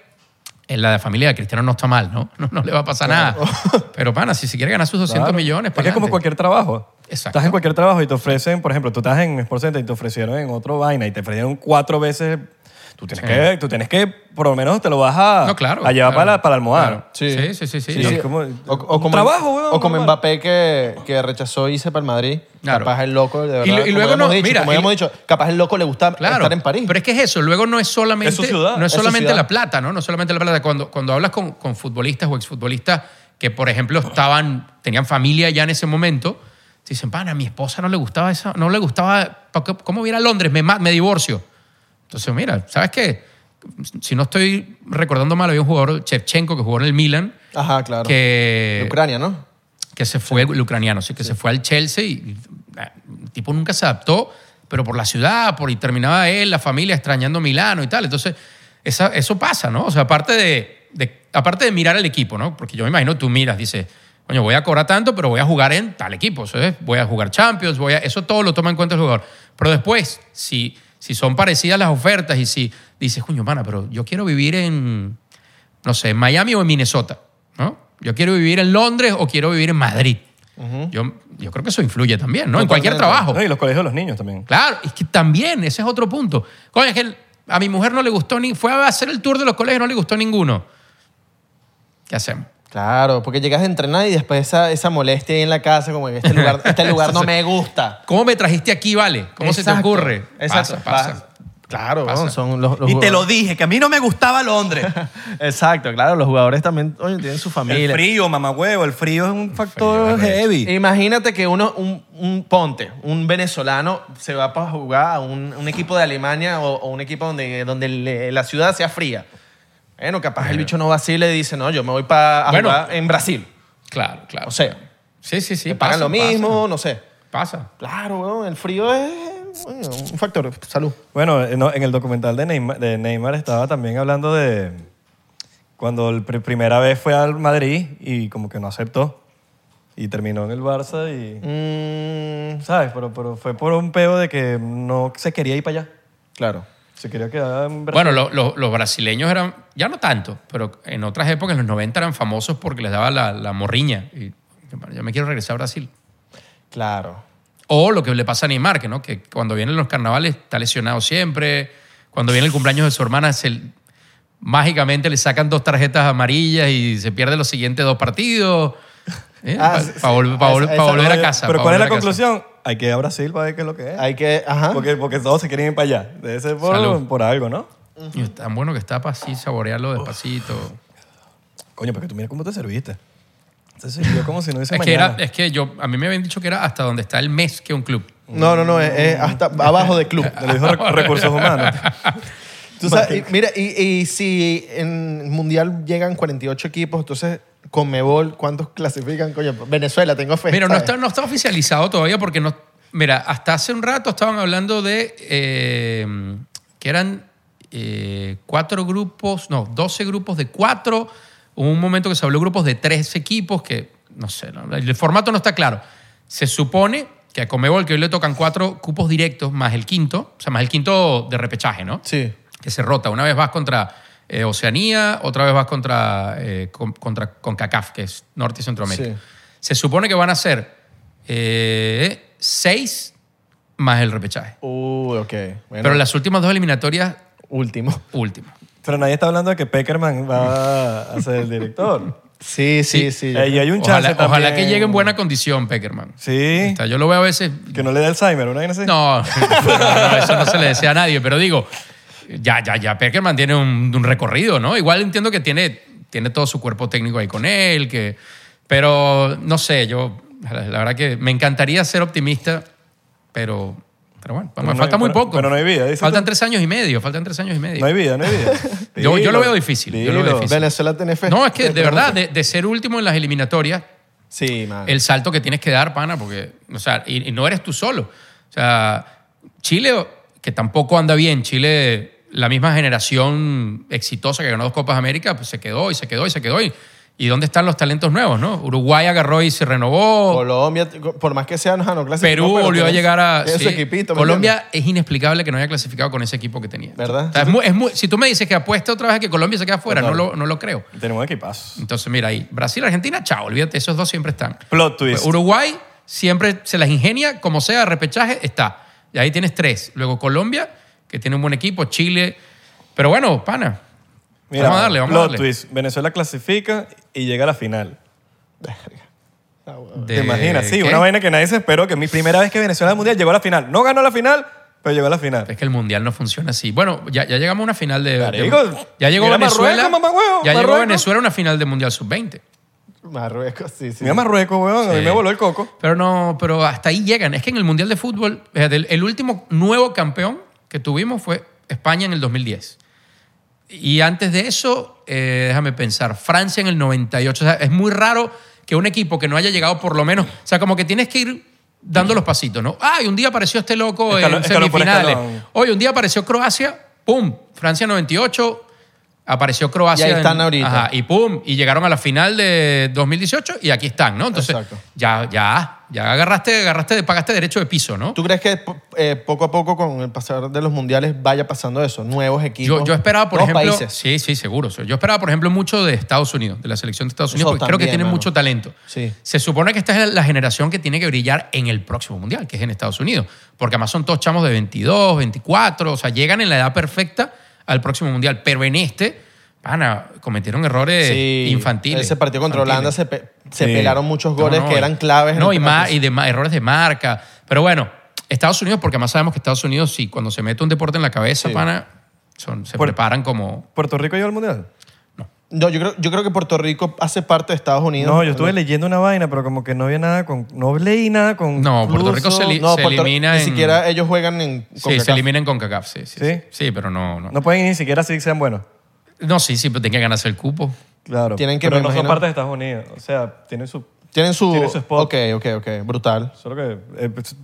en la familia de Cristiano no está mal, ¿no? No, no le va a pasar nada. Pero, pana, si se quiere ganar sus 200 Claro. millones, Es que es como pa'lante. cualquier trabajo. Exacto. Estás en cualquier trabajo y te ofrecen, por ejemplo, tú estás en Sports Center y te ofrecieron en otro vaina y te ofrecieron cuatro veces. Tú tienes, Sí. que, tú tienes que, por lo menos, te lo vas a, No, claro. a llevar claro. para, la- para la almohada. Claro. Sí. Sí, sí, sí. sí. Sí, No, sí. como- o, o un como, trabajo, weón, o como normal. Mbappé que, que rechazó irse para el Madrid. Claro. Capaz el loco, de verdad. Y lu- y como luego ya hemos no, dicho, mira, como y- ya hemos dicho, capaz el loco le gusta estar en París. Pero es que es eso. Luego no es solamente, Es su ciudad, no es es su solamente ciudad. la plata, ¿no? No es solamente la plata. Cuando, cuando hablas con, con futbolistas o exfutbolistas que, por ejemplo, estaban, tenían familia ya en ese momento, te dicen, pana, a mi esposa no le gustaba esa, no le gustaba, ¿pa' qué- ¿cómo voy a ir a Londres? Me, ma- me divorcio. Entonces, mira, ¿sabes qué? Si no estoy recordando mal, había un jugador, Chevchenko, que jugó en el Milan, Ajá, claro. que... De Ucrania, ¿no? que se fue el ucraniano, sí, que se fue al Chelsea y y, ah, el tipo nunca se adaptó, pero por la ciudad, por y terminaba él, la familia extrañando Milano y tal. Entonces, esa- eso pasa, ¿no? O sea, aparte de, de- aparte de mirar al equipo, ¿no? Porque yo me imagino tú miras, dices, coño, voy a cobrar tanto, pero voy a jugar en tal equipo, ¿sabes? Voy a jugar Champions, voy a, eso todo lo toma en cuenta el jugador. Pero después, si, si son parecidas las ofertas y si dices, coño, mana, pero yo quiero vivir en, no sé, en Miami o en Minnesota, ¿no? Yo quiero vivir en Londres o quiero vivir en Madrid. yo, yo creo que eso influye también, ¿no? En cualquier Totalmente. trabajo. No, y los colegios de los niños también. Claro, es que también, ese es otro punto. Coño, es que el- a mi mujer no le gustó ni... Fue a hacer el tour de los colegios, no le gustó ninguno. ¿Qué hacemos? Claro, porque llegas a entrenar y después esa, esa molestia ahí en la casa, como que este lugar, este lugar no me gusta. ¿Cómo me trajiste aquí, vale? ¿Cómo se te Exacto, ocurre? Exacto. Pasa, pasa. Va- Claro, Pasa. weón, son los, los Y te lo jugadores- dije, que a mí no me gustaba Londres. Exacto, claro, los jugadores también oye, tienen su El familia. frío, mamagüevo, el frío es un factor frío, heavy. Imagínate que uno, un, un- ponte, un venezolano se va para jugar a un, un equipo de Alemania o, o un equipo donde, donde le- la ciudad sea fría. Bueno, capaz el bicho no va así y le dice, no, yo me voy para Bueno. jugar en Brasil. Claro, claro. O sea, sí, sí, sí. Te pagan pasa, lo mismo, no sé. Pasa. pasa. Claro, weón, el frío es bueno, un factor. Salud. Bueno, eh, no, en el documental de Neymar, de Neymar estaba también hablando de cuando la primera vez fue al Madrid y como que no aceptó y terminó en el Barça y... Mm, ¿Sabes? Pero, pero fue por un peo de que no se quería ir para allá. claro. Se quería quedar en Brasil. Bueno, lo- lo- los brasileños eran, ya no tanto, pero en otras épocas, en los 90, eran famosos porque les daba la, la morriña. Y, "Bueno, yo me quiero regresar a Brasil. Claro. O lo que le pasa a Neymar, que, ¿no? que cuando vienen los carnavales está lesionado siempre. Cuando viene el cumpleaños de su hermana, se- mágicamente le sacan dos tarjetas amarillas y se pierde los siguientes dos partidos. Eh, Ah, para sí, sí. Ah, esa- esa volver a no- casa. Pero pa' ¿cuál volver es la a casa. conclusión? Hay que ir a Brasil para ver qué es lo que es. Hay que. Ajá. Porque, porque todos se quieren ir para allá. Debe ser por, Salud. por algo, ¿no? Y es tan bueno que está para así saborearlo despacito. Coño, porque tú mira cómo te serviste. Se sirvió como si no hubiese Es que, era, mañana. es que yo, a mí me habían dicho que era hasta donde está el mes que un club. No, no, no, es, es hasta abajo del club. Te lo dijo Rec- Recursos Humanos. Tú sabes, y- mira, y, y si en el Mundial llegan 48 equipos, entonces con Mebol, ¿cuántos clasifican? Coño, Venezuela, tengo fe. Mira, no ¿sabes? está, no está oficializado todavía porque no. Mira, hasta hace un rato estaban hablando de eh, que eran eh, cuatro grupos, no, 12 grupos de cuatro. Hubo un momento que se habló de grupos de tres equipos que, no sé, no, el formato no está claro. Se supone que a Comebol, que hoy le tocan cuatro cupos directos más el quinto, o sea, más el quinto de repechaje, ¿no? Sí. que se rota. Una vez vas contra eh, Oceanía, otra vez vas contra, eh, con, contra CONCACAF, que es Norte y Centroamérica. Sí. Se supone que van a ser eh, seis más el repechaje. Uh, ok. Bueno, Pero las últimas dos eliminatorias, último. últimas. Pero nadie está hablando de que Peckerman va a ser el director. Sí, sí, sí. Eh, y hay un chance Ojalá, ojalá que también. llegue en buena condición, Peckerman. Sí, O sea, yo lo veo a veces. que no le dé Alzheimer, una vaina así. No, no, eso no se le desea a nadie, pero digo, ya, ya, ya, Peckerman tiene un, un recorrido, ¿no? Igual entiendo que tiene tiene todo su cuerpo técnico ahí con él. Que, pero no sé, yo la, la verdad que me encantaría ser optimista, pero, pero bueno, no me falta hay- muy pero- poco. pero no hay vida, dices Faltan tú. tres años y medio, faltan tres años y medio. No hay vida, no hay vida. Yo- yo Dilo, lo veo difícil, yo lo veo dilo. difícil. Venezuela tiene fe. no, es que de verdad, de, de ser último en las eliminatorias, Sí, man. el salto que tienes que dar, pana, porque, o sea, y, y no eres tú solo. O sea, Chile, que tampoco anda bien, Chile, la misma generación exitosa que ganó dos Copas América, pues se quedó y se quedó y se quedó. Y, ¿y dónde están los talentos nuevos, no? Uruguay agarró y se renovó. Colombia, por más que sea, no, no clasificó, Perú pero volvió a tiene- llegar a. tiene su sí. equipito, ¿me Colombia es inexplicable que no haya clasificado con ese equipo que tenía. ¿Verdad? O sea, es muy- es muy- si tú me dices que apuesta otra vez a que Colombia se queda fuera, no Total. lo, no lo creo. Tenemos equipazos. Entonces, mira ahí. Brasil, Argentina, chao, olvídate, esos dos siempre están. Plot twist. Pues, Uruguay siempre se las ingenia, como sea, repechaje, está. Y ahí tienes tres. Luego Colombia, que tiene un buen equipo, Chile. Pero bueno, pana. Mira, vamos a darle, vamos a plot darle. twist. Venezuela clasifica y llega a la final. Ah, De- ¿Te imaginas? Sí, ¿qué? una vaina que nadie se esperó, que mi primera vez que Venezuela al Mundial llegó a la final. No ganó la final, pero llegó a la final. Es que el mundial no funciona así. Bueno, ya, ya llegamos a una final de. de- Marico, ya llegó mira Venezuela. Marruecos, mamagüevo, ya llegó Marruecos. Venezuela a una final de mundial sub-20. Marruecos, sí, sí. Mira Marruecos, weón. A mí Sí. me voló el coco. Pero no, pero hasta ahí llegan. Es que en el mundial de fútbol, fíjate, el, el último nuevo campeón que tuvimos fue España en el 2010. Y antes de eso, eh, déjame pensar, Francia en el 98. O sea, es muy raro que un equipo que no haya llegado por lo menos, o sea, como que tienes que ir dando los pasitos, ¿no? Ah, y un día apareció este loco Escalón- en escalón por semifinales. escalón. Hoy un día apareció Croacia, pum, Francia 98, apareció Croacia. Y ahí están en- ahorita. Ajá, y pum, y llegaron a la final de 2018 y aquí están, ¿no? Entonces, Exacto. ya, ya, ya agarraste, agarraste, pagaste derecho de piso, ¿no? ¿Tú crees que po- eh, poco a poco con el pasar de los mundiales vaya pasando eso? Nuevos equipos. Yo, yo esperaba, por nuevos ejemplo. países. Sí, sí, seguro. Yo esperaba, por ejemplo, mucho de Estados Unidos, de la selección de Estados Unidos, Eso porque creo que también, tienen mano. mucho talento. Sí. Se supone que esta es la generación que tiene que brillar en el próximo mundial, que es en Estados Unidos. Porque además son todos chamos de 22, 24, o sea, llegan en la edad perfecta al próximo mundial. Pero en este, pana, cometieron errores Sí. infantiles. Ese partido contra infantiles. Holanda se, pe- se Sí. pelaron muchos No, goles no, que y- eran claves. en No, el y, ma- penalti. y de ma- errores de marca. Pero bueno, Estados Unidos, porque además sabemos que Estados Unidos, sí, cuando se mete un deporte en la cabeza, Sí. pana, son, se Por- preparan como. ¿Puerto Rico llegó al Mundial? No, yo, creo, yo creo que Puerto Rico hace parte de Estados Unidos. No, yo estuve leyendo una vaina, pero como que no había nada con... No leí nada con... No, Puerto Rico se, li- No, se Puerto- elimina Ni en. siquiera ellos juegan en. Sí, CONCACAF. se elimina en CONCACAF, sí. Sí, ¿Sí? sí. Sí, pero no, no. No pueden ni siquiera así sean buenos. No, sí, sí, pero tienen que ganarse el cupo. Claro. Tienen que, me pero no son imagino- parte de Estados Unidos. O sea, tienen su... Tienen su. Tienen su spot. Ok, ok, ok. Brutal. Solo que... eh, pues,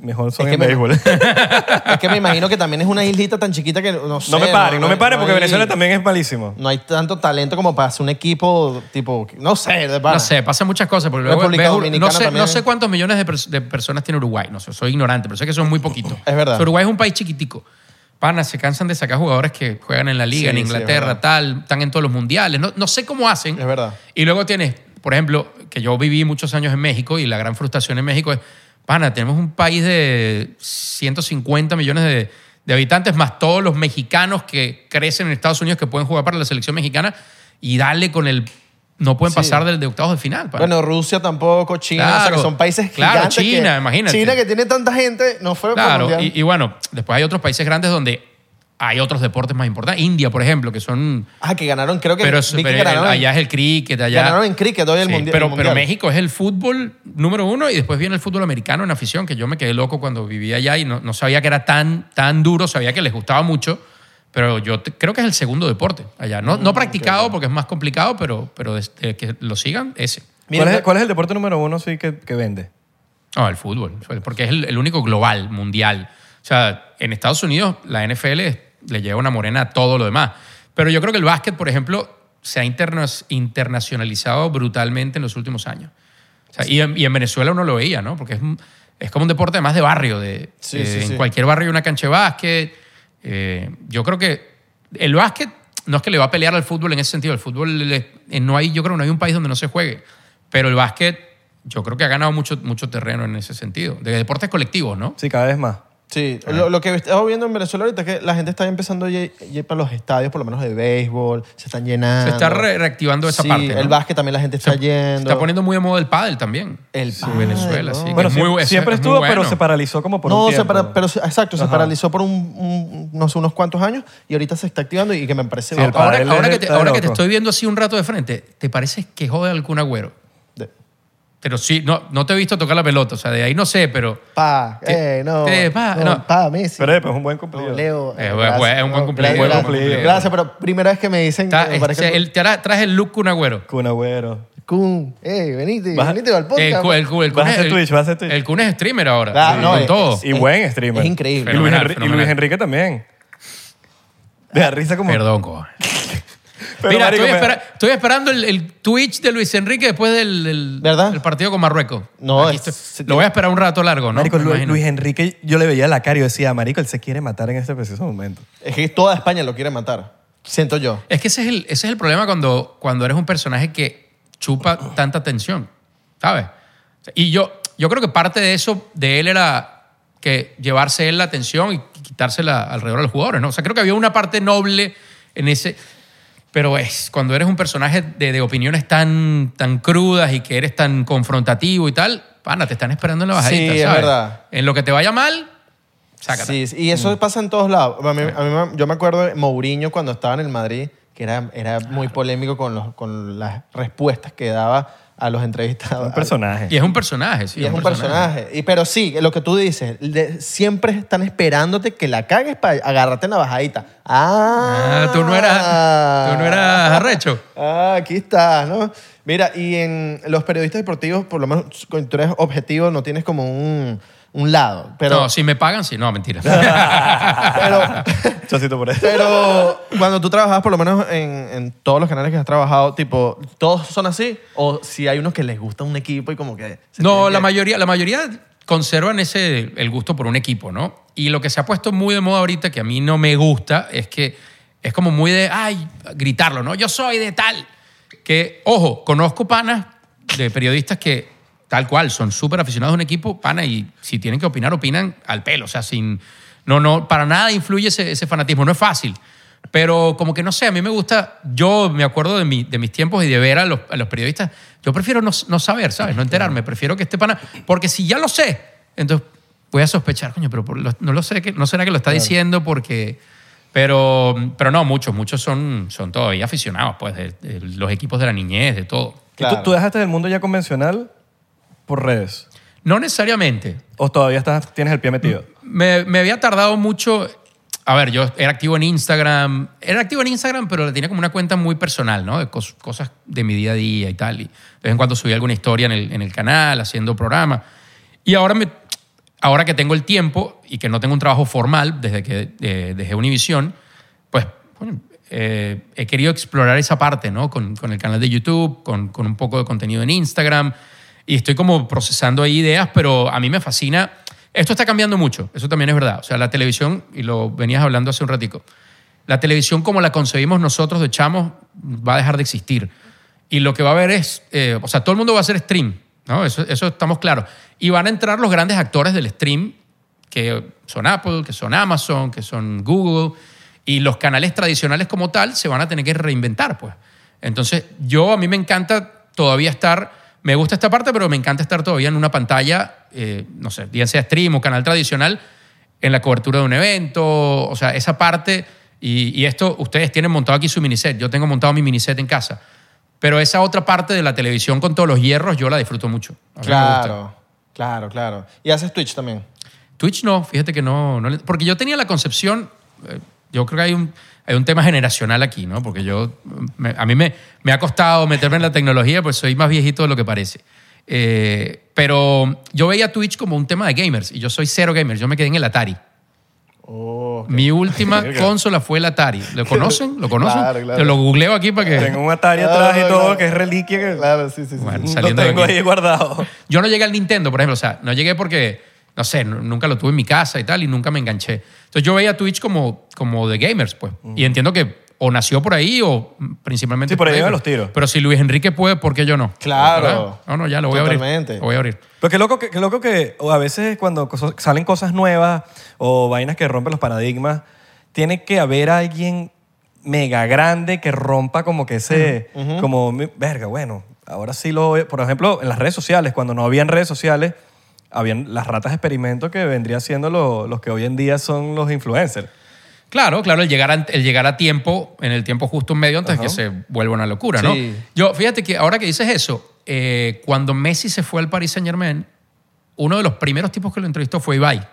mejor Es son que en me- béisbol. es que me imagino que también es una islita tan chiquita que no sé. no me paren, no, me paren no porque hay- Venezuela también es malísimo. No hay tanto talento como para hacer un equipo tipo. No sé, de pana. No sé, pasan muchas cosas. Porque luego República ves- Dominicana no, sé, también. no sé cuántos millones de, pers- de personas tiene Uruguay. No sé, soy ignorante, pero sé que son muy poquitos. Es verdad. O sea, Uruguay es un país chiquitico. Pana, se cansan de sacar jugadores que juegan en la liga, Sí, sí, en es Inglaterra, verdad. tal, están en todos los mundiales. No, no sé cómo hacen. Es verdad. Y luego tienes, por ejemplo, que yo viví muchos años en México y la gran frustración en México es, pana, tenemos un país de 150 millones de, de habitantes, más todos los mexicanos que crecen en Estados Unidos que pueden jugar para la selección mexicana y darle con el... No pueden Sí. pasar del de octavos de final. pana. Bueno, Rusia tampoco, China, o sea, que Claro, son países claro, gigantes. China, que- imagínate. China que tiene tanta gente, no fue por Claro, mundial. y, y bueno, después hay otros países grandes donde hay otros deportes más importantes. India, por ejemplo, que son... Ah, que ganaron, creo que, Pero, es- vi que pero el- ganaron, allá es el cricket, allá... ganaron en cricket hoy el, Sí, mundial, pero, el pero mundial. México es el fútbol número uno y después viene el fútbol americano en afición, que yo me quedé loco cuando vivía allá y no, no sabía que era tan, tan duro, sabía que les gustaba mucho, pero yo te- creo que es el segundo deporte allá. Mm, No, no practicado porque es más complicado, pero, pero desde que lo sigan, ese. Mira, ¿Cuál, es, yo- cuál es el deporte número uno sí que, que vende? No, el fútbol, porque es el, el único global, mundial. O sea, en Estados Unidos la NFL es- le lleva una morena a todo lo demás. Pero yo creo que el básquet, por ejemplo, se ha interna- internacionalizado brutalmente en los últimos años. O sea, y, en, y en Venezuela uno lo veía, ¿no? Porque es, un- es como un deporte más de barrio. De, Sí, eh, sí, en sí. cualquier barrio hay una cancha de básquet. Eh, yo creo que el básquet no es que le va a pelear al fútbol en ese sentido. El fútbol le- eh, no hay, yo creo que no hay un país donde no se juegue. Pero el básquet yo creo que ha ganado mucho, mucho terreno en ese sentido. De deportes colectivos, ¿no? Sí, cada vez más. Sí, Ah. lo, lo que estaba viendo en Venezuela ahorita es que la gente está empezando a ir, ir para los estadios, por lo menos de béisbol, se están llenando. Se está re- reactivando esa Sí, parte, ¿no? el básquet también la gente está Se yendo. está poniendo muy de moda el pádel también. El Sí, pádel, Venezuela, sí. ¿no? que Bueno, es siem- muy bu- ese siempre es muy estuvo, pero bueno. se paralizó como por no, un se tiempo. para- pero se- exacto, se Ajá. paralizó por un, un- no sé, unos cuantos años y ahorita se está activando y que me parece... Sí, el brutal. Ahora, pádel ahora es- que te, está ahora que te loco. estoy viendo así un rato de frente, ¿te pareces que jode algún agüero? De- Pero sí, no, no te he visto tocar la pelota, o sea, de ahí no sé, pero... Pa, eh, no, Sí, pa, no. pa, Messi. Pero eh, pues, es un buen No, cumplido. Leo. Eh, eh, bueno, gracias, es un buen no, cumplido, Gracias, buen cumplido. gracias, pero primera vez que me dicen Está, que me parece o sea, él te hará- traes el look un agüero. Kun Agüero. Kun, eh, venite, Vas a- venite al podcast. pues. El, cu- el, cu- el Vas a Kun hacer es- Twitch, vas a hacer Twitch. eh, El Kun es streamer ahora, Ah, sí, no, con es- todo. Y buen streamer. es increíble. Y Luis, Fenomenal, Enri- y Luis fenomenal. Enrique también. De la risa como... Perdón, cojo. Pero, Mira, marico, estoy, me- espera- estoy esperando el, el Twitch de Luis Enrique después del, del- ¿Verdad? del partido con Marruecos. No, Aquí es- estoy- lo voy a esperar un rato largo, ¿no? Marico, Me Lu- Luis, imagino. Enrique, yo le veía la cara y yo decía, marico, él se quiere matar en este preciso momento. Es que toda España lo quiere matar, siento yo. Es que ese es el, ese es el problema cuando, cuando eres un personaje que chupa tanta atención, ¿sabes? O sea, Y yo, yo creo que parte de eso de él era que llevarse él la atención y quitársela alrededor de los jugadores, ¿no? O sea, creo que había una parte noble en ese... Pero es, cuando eres un personaje de, de opiniones tan, tan crudas y que eres tan confrontativo y tal, pana, te están esperando en la Sí, bajadita, es ¿sabes? verdad. En lo que te vaya mal, sácate. Mm. Sí, sí, y eso pasa en todos lados. A mí, a mí me- yo me acuerdo de Mourinho cuando estaba en el Madrid, que era, era muy polémico con, los, con las respuestas que daba a los entrevistados. Un personaje. Y es un personaje, sí. Y es un personaje. Y, pero sí, lo que tú dices, de- siempre están esperándote que la cagues para agarrarte en la bajadita. Ah, Ah, tú no eras, tú no eras arrecho. Ah, aquí estás, ¿no? Mira, y en los periodistas deportivos, por lo menos cuando tú eres objetivo, no tienes como un, un lado. Pero, no, si me pagan, sí. No, mentira. pero, Chocito por eso. pero cuando tú trabajabas, por lo menos en, en todos los canales que has trabajado, tipo, ¿todos son así? ¿O si hay unos que les gusta un equipo y como que... se no, tienen la que- mayoría, la mayoría conservan ese, el gusto por un equipo, ¿no? Y lo que se ha puesto muy de moda ahorita, que a mí no me gusta, es que es como muy de, ay, gritarlo, ¿no? Yo soy de tal. Que, ojo, conozco panas de periodistas que tal cual son súper aficionados a un equipo, pana, y si tienen que opinar, opinan al pelo. O sea, sin... No, no, para nada influye ese, ese fanatismo. No es fácil. Pero como que no sé, a mí me gusta, yo me acuerdo de, mi- de mis tiempos y de ver a los, a los periodistas, yo prefiero no, no saber, ¿sabes? No enterarme, prefiero que esté pana, porque si ya lo sé, entonces voy a sospechar, coño, pero por lo- no lo sé, que, no será que lo está diciendo porque... Pero, pero no, muchos, muchos son, son todavía aficionados, pues, de, de los equipos de la niñez, de todo. ¿Y tú- Claro. ¿Tú, dejaste el mundo ya convencional por redes? No necesariamente, ¿O todavía estás, tienes el pie metido? Me, me había tardado mucho. A ver, yo era activo en Instagram. Era activo en Instagram, pero tenía como una cuenta muy personal, ¿no? De cos- cosas de mi día a día y tal. Y de vez en cuando subía alguna historia en el, en el canal, haciendo programa. Y ahora, me, ahora que tengo el tiempo y que no tengo un trabajo formal desde que eh, dejé Univision, pues bueno, eh, he querido explorar esa parte, ¿no? Con, con el canal de YouTube, con, con un poco de contenido en Instagram. Y estoy como procesando ahí ideas, pero a mí me fascina. Esto está cambiando mucho, eso también es verdad. O sea, la televisión, y lo venías hablando hace un ratico, la televisión como la concebimos nosotros de chamos va a dejar de existir. Y lo que va a haber es, eh, o sea, todo el mundo va a hacer stream, ¿no? Eso, eso estamos claros. Y van a entrar los grandes actores del stream, que son Apple, que son Amazon, que son Google, y los canales tradicionales como tal se van a tener que reinventar, pues. Entonces, yo a mí me encanta todavía estar, me gusta esta parte, pero me encanta estar todavía en una pantalla, eh, no sé, bien sea stream o canal tradicional, en la cobertura de un evento, o sea, esa parte. Y, y esto, ustedes tienen montado aquí su miniset, yo tengo montado mi miniset en casa. Pero esa otra parte de la televisión con todos los hierros, yo la disfruto mucho. A mí me gusta. Claro, claro, claro. Y haces Twitch también. Twitch no, fíjate que no. no le- porque yo tenía la concepción, eh, yo creo que hay un, hay un tema generacional aquí, ¿no? Porque yo, me- a mí me, me ha costado meterme en la tecnología, pues soy más viejito de lo que parece. Eh, pero yo veía Twitch como un tema de gamers y yo soy cero gamer, yo me quedé en el Atari. Oh, Mi última consola fue el Atari. ¿Lo conocen? ¿Lo conocen? Claro, claro. Te Lo googleo aquí para que... Tengo un Atari atrás y Claro, todo, claro. que es reliquia. Que claro, sí, sí, sí. Bueno, sí. Lo saliendo de tengo aquí. ahí guardado. Yo no llegué al Nintendo, por ejemplo. O sea, no llegué porque, no sé, n- nunca lo tuve en mi casa y tal, y nunca me enganché. Entonces yo veía Twitch como, como de gamers, pues. Y entiendo que o nació por ahí o mm, principalmente Mm. Sí, por ahí pero- llegan los tiros. Pero si Luis Enrique puede, ¿por qué yo no? Claro. ¿Verdad? No, no, ya lo voy a Totalmente. abrir. Lo voy a abrir. Pero qué loco que, qué loco que o a veces cuando cosas- salen cosas nuevas o vainas que rompen los paradigmas, tiene que haber alguien mega grande que rompa como que ese, como, mi- verga, bueno, ahora sí lo... voy a-". Por ejemplo, en las redes sociales, cuando no habían redes sociales, habían las ratas de experimento que vendrían siendo lo- los que hoy en día son los influencers. Claro, claro, el llegar, a, el llegar a tiempo, en el tiempo justo en medio, antes de que se vuelva una locura, ¿no? Sí. Yo, fíjate que ahora que dices eso, eh, cuando Messi se fue al Paris Saint Germain, uno de los primeros tipos que lo entrevistó fue Ibai.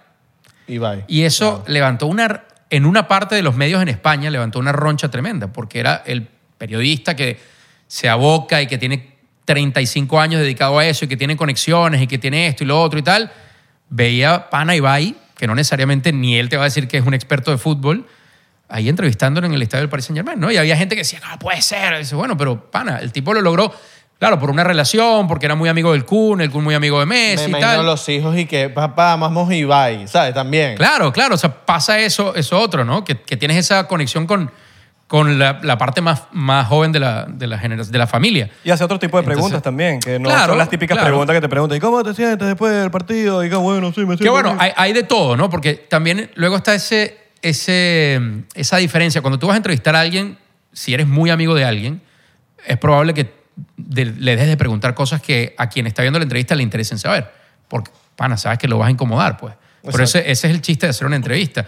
Ibai. Y eso levantó una, en una parte de los medios en España, levantó una roncha tremenda, porque era el periodista que se aboca y que tiene 35 años dedicado a eso y que tiene conexiones y que tiene esto y lo otro y tal, veía Pana Ibai, que no necesariamente ni él te va a decir que es un experto de fútbol, ahí entrevistándolo en el estadio del Paris Saint Germain, ¿no? Y había gente que decía, no, puede ser. Y dice, bueno, pero Pana, el tipo lo logró, claro, por una relación, porque era muy amigo del Kun, el Kun muy amigo de Me Messi y imagino tal. los hijos y que, papá, amamos Ibai, ¿sabes? También. Claro, claro. O sea, pasa eso, eso otro, ¿no? Que, que tienes esa conexión con, con la, la parte más, más joven de la, de, la genera- de la familia. Y hace otro tipo de preguntas Entonces, también, que no claro, son las típicas claro. preguntas que te preguntan, ¿y cómo te sientes después del partido? Y que bueno, sí, me siento Que bueno, bien". hay, hay de todo, ¿no? Porque también luego está ese, ese, esa diferencia. Cuando tú vas a entrevistar a alguien, si eres muy amigo de alguien, es probable que de- le dejes de preguntar cosas que a quien está viendo la entrevista le interesen saber. Porque, pana, sabes que lo vas a incomodar, pues. Pero ese, ese es el chiste de hacer una entrevista.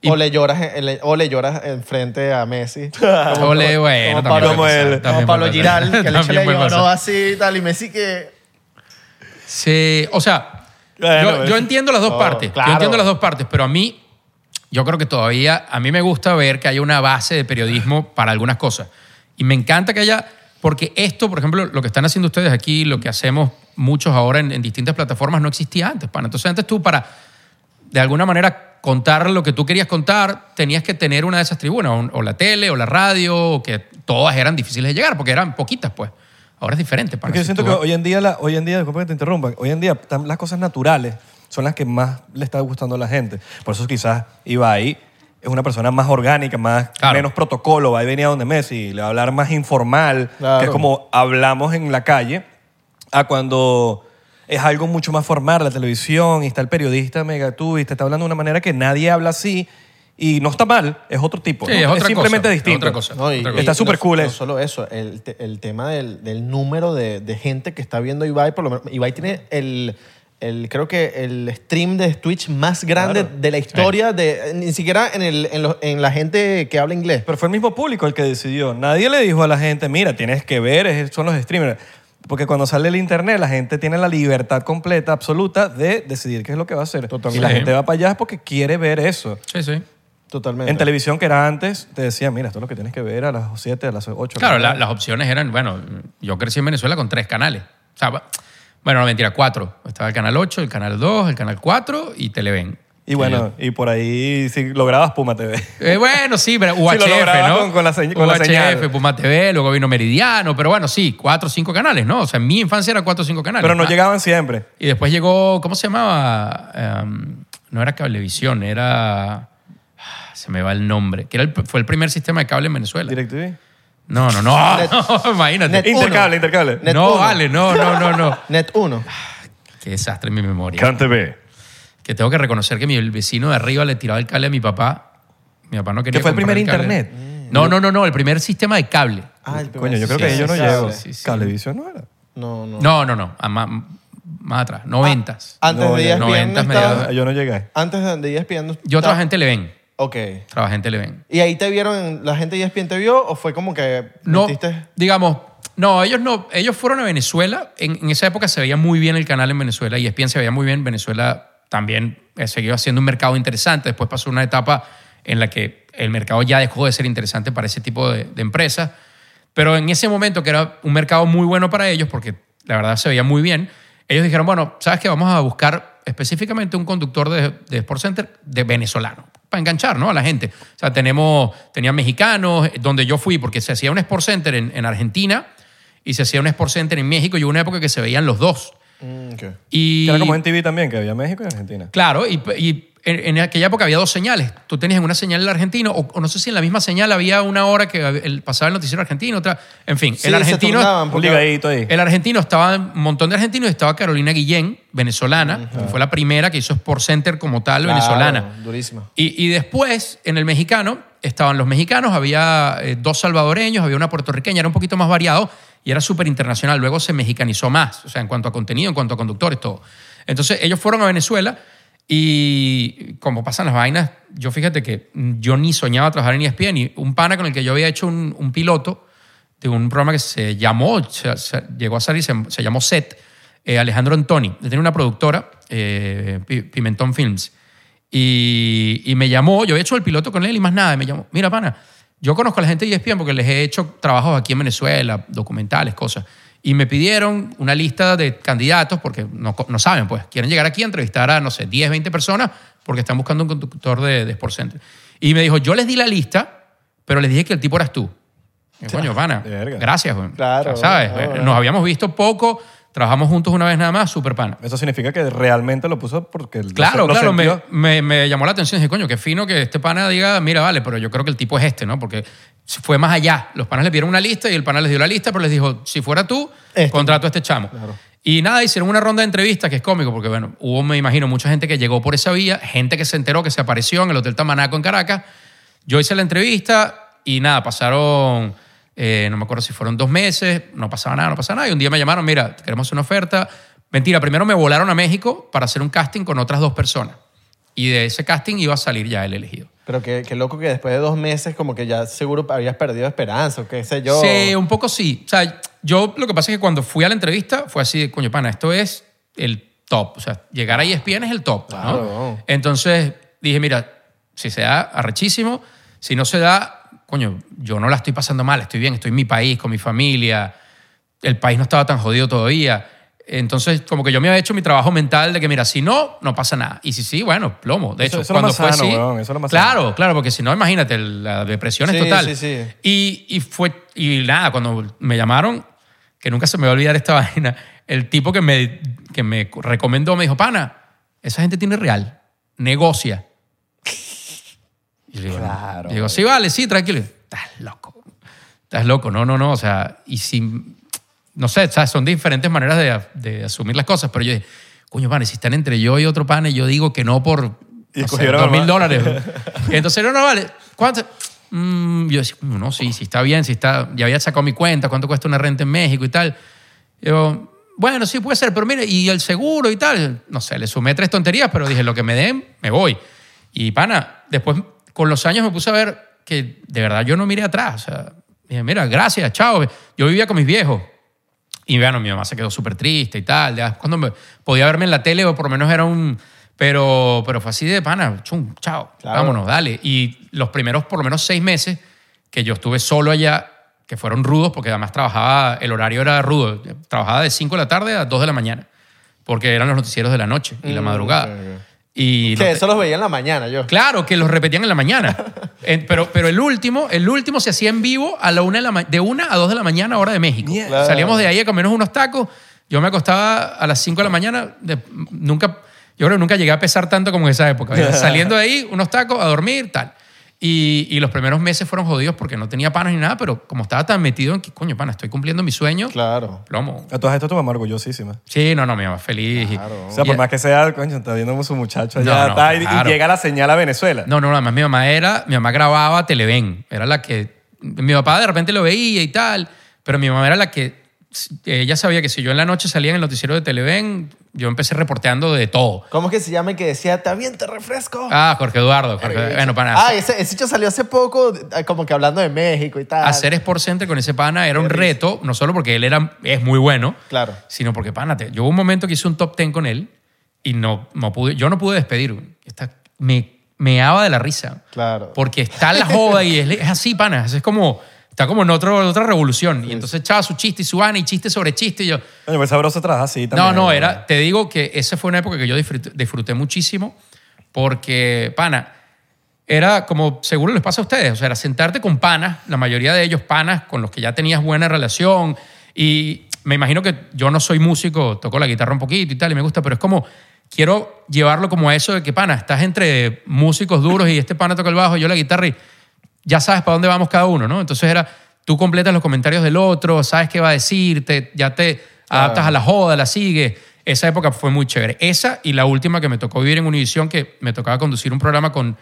Y- O le lloras, en- le- o le lloras enfrente a Messi. Como- Ole, bueno, como también Pablo, puede como pasar, el- como también puede Pablo pasar. Giral, que le, También echa- le puede lloró pasar. así y tal, y Messi que... Sí, o sea, Bueno, pues, oh, yo, pero- yo entiendo las dos No, partes. claro. Yo entiendo las dos partes, pero a mí, yo creo que todavía, a mí me gusta ver que haya una base de periodismo para algunas cosas. Y me encanta que haya, porque esto, por ejemplo, lo que están haciendo ustedes aquí, lo que hacemos muchos ahora en, en distintas plataformas, no existía antes, pana. Entonces antes tú para de alguna manera contar lo que tú querías contar, tenías que tener una de esas tribunas, o- o la tele, o la radio, o que todas eran difíciles de llegar, porque eran poquitas, pues. Ahora es diferente. pana. Porque yo Si siento tú ¿eh? que vas- hoy en día, la- hoy en día, disculpa que te interrumpa, hoy en día tam- las cosas naturales son las que más le está gustando a la gente. Por eso quizás Ibai es una persona más orgánica, más Claro. menos protocolo, va y venía donde Messi, le va a hablar más informal, Claro. que es como hablamos en la calle, a cuando es algo mucho más formal, la televisión, y está el periodista mega tú, y te está hablando de una manera que nadie habla así, y no está mal, es otro tipo. Sí, ¿no? es otra cosa, simplemente es distinto. otra cosa. No, y- Otra y cosa. Está súper no- cool No eso. solo eso, el, te- el tema del, del número de, de gente que está viendo Ibai, por lo menos, Ibai tiene el, el- creo que el stream de Twitch más grande Claro. de la historia, de, ni siquiera en, el, en, los- en la gente que habla inglés. Pero fue el mismo público el que decidió. Nadie le dijo a la gente, mira, tienes que ver, es- son los streamers. Porque cuando sale el internet, la gente tiene la libertad completa, absoluta, de decidir qué es lo que va a hacer. Totalmente. Y la Sí. gente va para allá es porque quiere ver eso. Sí, sí. Totalmente. En televisión, que era antes, te decía, mira, esto es lo que tienes que ver a las 7, a las 8. Claro, la- las opciones eran, bueno, yo crecí en Venezuela con tres canales. O sea, va- bueno, no mentira, cuatro. Estaba el canal 8, el canal 2, el canal 4 y Televen. Y bueno, y por ahí, si lograbas Puma TV. Eh, bueno, sí, pero UHF, lograba ¿no? con- con la señ- con la UHF, señal. Puma TV, luego vino Meridiano, pero bueno, sí, cuatro o cinco canales, ¿no? O sea, en mi infancia era cuatro o cinco canales. Pero no Ah, llegaban siempre. Y después llegó, ¿cómo se llamaba? Em, no era Cablevisión, era... ah, Se me va el nombre. Que era el- fue el primer sistema de cable en Venezuela. DirecTV. No, no, no. Net- no, imagínate. Net uno. Intercable, intercable. Net no, uno. vale, no, no, no, no. Net 1. Qué desastre en mi memoria. TV. Que tengo que reconocer que mi el vecino de arriba le tiraba el cable a mi papá. Mi papá no quería ¿Que fue el comprar primer cable. Mm. internet? No, no, no, no, el primer sistema de cable. Ah, Coño, yo creo que Sí, ahí yo no sí, llego. sí, sí. Cablevisión no era. No, no. No, no, no, a más, más atrás, noventas. Antes No, de ya, ESPN noventas, no estabas- mediados. Yo no llegué. Antes de ESPN no Yo estabas- trabajé en Televen, Ok. trabajé en Televen. ¿Y ahí te vieron, la gente de ESPN te vio o fue como que No, metiste- digamos, no, ellos no, ellos fueron a Venezuela, en, en esa época se veía muy bien el canal en Venezuela y ESPN se veía muy bien, Venezuela también eh, siguió haciendo un mercado interesante, después pasó una etapa en la que el mercado ya dejó de ser interesante para ese tipo de, de empresas, pero en ese momento que era un mercado muy bueno para ellos porque la verdad se veía muy bien, ellos dijeron, bueno, ¿sabes qué? Vamos a buscar específicamente un conductor de, de Sport Center de venezolano para enganchar ¿no? a la gente. O sea, tenemos, tenían mexicanos, eh, donde yo fui, porque se hacía un Sport Center en, en Argentina y se hacía un Sport Center en México y hubo una época que se veían los dos. Mm, ok. Y, Que era como en TV también, que había México y Argentina. Claro, y, y en, en aquella época había dos señales. Tú tenías en una señal el argentino, o, o no sé si en la misma señal había una hora que el- pasaba el noticiero argentino, otra. En fin, Sí, el se argentino. turnaban, Un porque- ligadito ahí. El argentino estaba, un montón de argentinos, estaba Carolina Guillén, venezolana, que fue la primera que hizo Sport Center como tal, Claro, venezolana. Durísima. Y, y después, en el mexicano, estaban los mexicanos, había eh, dos salvadoreños, había una puertorriqueña, era un poquito más variado y era súper internacional. Luego se mexicanizó más, o sea, en cuanto a contenido, en cuanto a conductores, todo. Entonces, ellos fueron a Venezuela y como pasan las vainas, yo fíjate que yo ni soñaba trabajar en E ESPN y un pana con el que yo había hecho un, un piloto de un programa que se llamó, se- se- llegó a salir, se, se llamó Set, eh, Alejandro Antoni. Él tenía una productora, eh, Pi- Pimentón Films. Y, y me llamó, yo había hecho el piloto con él y más nada, y me llamó, mira, pana, yo conozco a la gente de E ESPN porque les he hecho trabajos aquí en Venezuela, documentales, cosas. Y me pidieron una lista de candidatos porque no, co- no saben, pues, quieren llegar aquí a entrevistar a, no sé, 10, 20 personas porque están buscando un conductor de, de Sport Center. Y me dijo, yo les di la lista, pero les dije que el tipo eras tú. Y yo, Eh, coño, pana, Verga. gracias, güey. Claro, O sea, ¿Sabes? eh, claro. Nos habíamos visto poco, trabajamos juntos una vez nada más, super pana. Eso significa que realmente lo puso porque... el- Claro, lo claro, me, sintió. me- me llamó la atención. Dije, coño, qué fino que este pana diga, mira, vale, pero yo creo que el tipo es este, ¿no? Porque fue más allá. Los panas le dieron una lista y el pana les dio la lista, pero les dijo, si fuera tú, Este. contrato a este chamo. Y nada, hicieron una ronda de entrevistas, que es cómico, porque bueno, hubo, me imagino, mucha gente que llegó por esa vía, gente que se enteró que se apareció en el Hotel Tamanaco en Caracas. Yo hice la entrevista y nada, pasaron, eh, no me acuerdo si fueron dos meses, no pasaba nada, no pasaba nada. Y un día me llamaron, mira, queremos hacer una oferta. Mentira, primero me volaron a México para hacer un casting con otras dos personas. Y de ese casting iba a salir ya el elegido. Pero qué, qué loco que después de dos meses como que ya seguro habías perdido esperanza o qué sé yo. Sí, un poco sí. O sea, yo lo que pasa es que cuando fui a la entrevista fue así, de, coño, pana, esto es el top. O sea, llegar a E ESPN es el top, Claro. ¿no? Entonces dije, mira, si se da, arrechísimo. Si no se da, coño, yo no la estoy pasando mal, estoy bien, estoy en mi país, con mi familia. El país no estaba tan jodido todavía. Entonces, como que yo me había hecho mi trabajo mental de que, mira, si no, no pasa nada. Y si sí, bueno, plomo. De hecho, Eso- eso es lo cuando más fue sano, así. weón, eso es lo más claro, claro, porque si no, imagínate, la depresión Sí, es total. sí, sí. Y, y fue, y nada, cuando me llamaron, que nunca se me va a olvidar esta vaina, el tipo que me, que me recomendó me dijo, pana, esa gente tiene real, negocia. Y yo le digo, Claro. le digo, sí, vale, sí, tranquilo. Estás loco. Estás loco, no, no, no. O sea, y si, no sé, o sea, son diferentes maneras de, de asumir las cosas, pero yo dije, coño, pana, si están entre yo y otro pana, y yo digo que no por Y no sé, cogieron dos mil más. dólares. Entonces, no, no, vale. ¿Cuánto? Mm, yo decía, no, sí, sí está bien, si está, ya había sacado mi cuenta, cuánto cuesta una renta en México y tal. Yo, bueno, sí puede ser, pero mire, y el seguro y tal. No sé, le sumé tres tonterías, pero dije, lo que me den, me voy. Y pana, después con los años me puse a ver que de verdad yo no miré atrás. O sea, dije, mira, gracias, chao. Yo vivía con mis viejos. Y bueno, mi mamá se quedó súper triste y tal. Ya cuando me- podía verme en la tele, o por lo menos era un. Pero, pero fue así de pana, chum, chao, Claro. vámonos, dale. Y los primeros, por lo menos seis meses que yo estuve solo allá, que fueron rudos, porque además trabajaba, el horario era rudo. Trabajaba de 5 de la tarde a 2 de la mañana, porque eran los noticieros de la noche y la Mm, madrugada. ok, ok. Y Que no te- eso los veía en la mañana yo. Claro, que los repetían en la mañana. En- pero, pero el último, el último se hacía en vivo a la una de, la ma- de una a 2 de la mañana, hora de México. Mierda. Salíamos de ahí a comernos unos tacos. Yo me acostaba a las 5 de la mañana. de- nunca, yo creo que nunca llegué a pesar tanto como en esa época. Saliendo de ahí, unos tacos, a dormir, tal. Y, y los primeros meses fueron jodidos porque no tenía panas ni nada, pero como estaba tan metido en que, coño, pana, estoy cumpliendo mi sueño, Claro. plomo. A todas estas tu mamá orgullosísima. Sí, no, no, mi mamá feliz. O sea, por Y- más que sea, coño, está viendo a su muchacho allá No, no, está, y- claro. y llega la señal a Venezuela. No, no, además mi mamá era, mi mamá grababa Televen, era la que, mi papá de repente lo veía y tal, pero mi mamá era la que, ella sabía que si yo en la noche salía en el noticiero de Televen, yo empecé reporteando de todo. ¿Cómo es que se llama el que decía, está bien, te refresco? Ah, Jorge Eduardo, Jorge- bueno, para Ah, ese, ese hecho salió hace poco, eh, como que hablando de México y tal. hacer Sport Center con ese pana era un reto, no solo porque él era, es muy bueno, Claro. sino porque, pana, te- yo hubo un momento que hice un top 10 con él y no, no pude, yo no pude despedir. güey. Esta, me meaba de la risa. Claro. Porque está la joda y es, es así, pana. Es como, está como en otro, otra revolución. Y entonces echaba su chiste y su ana y chiste sobre chiste. Y yo, Coño, pues sabroso trabajar así también. no, no, era, te digo que esa fue una época que yo disfruté, disfruté muchísimo porque, pana, era como seguro les pasa a ustedes, o sea, era sentarte con panas, la mayoría de ellos panas con los que ya tenías buena relación y me imagino que yo no soy músico, toco la guitarra un poquito y tal y me gusta, pero es como quiero llevarlo como a eso de que, pana, estás entre músicos duros y este pana toca el bajo, yo la guitarra y ya sabes para dónde vamos cada uno, ¿no? Entonces era, tú completas los comentarios del otro, sabes qué va a decir, te- ya te adaptas a la joda, la sigues. Esa época fue muy chévere. Esa y la última que me tocó vivir en Univisión, que me tocaba conducir un programa con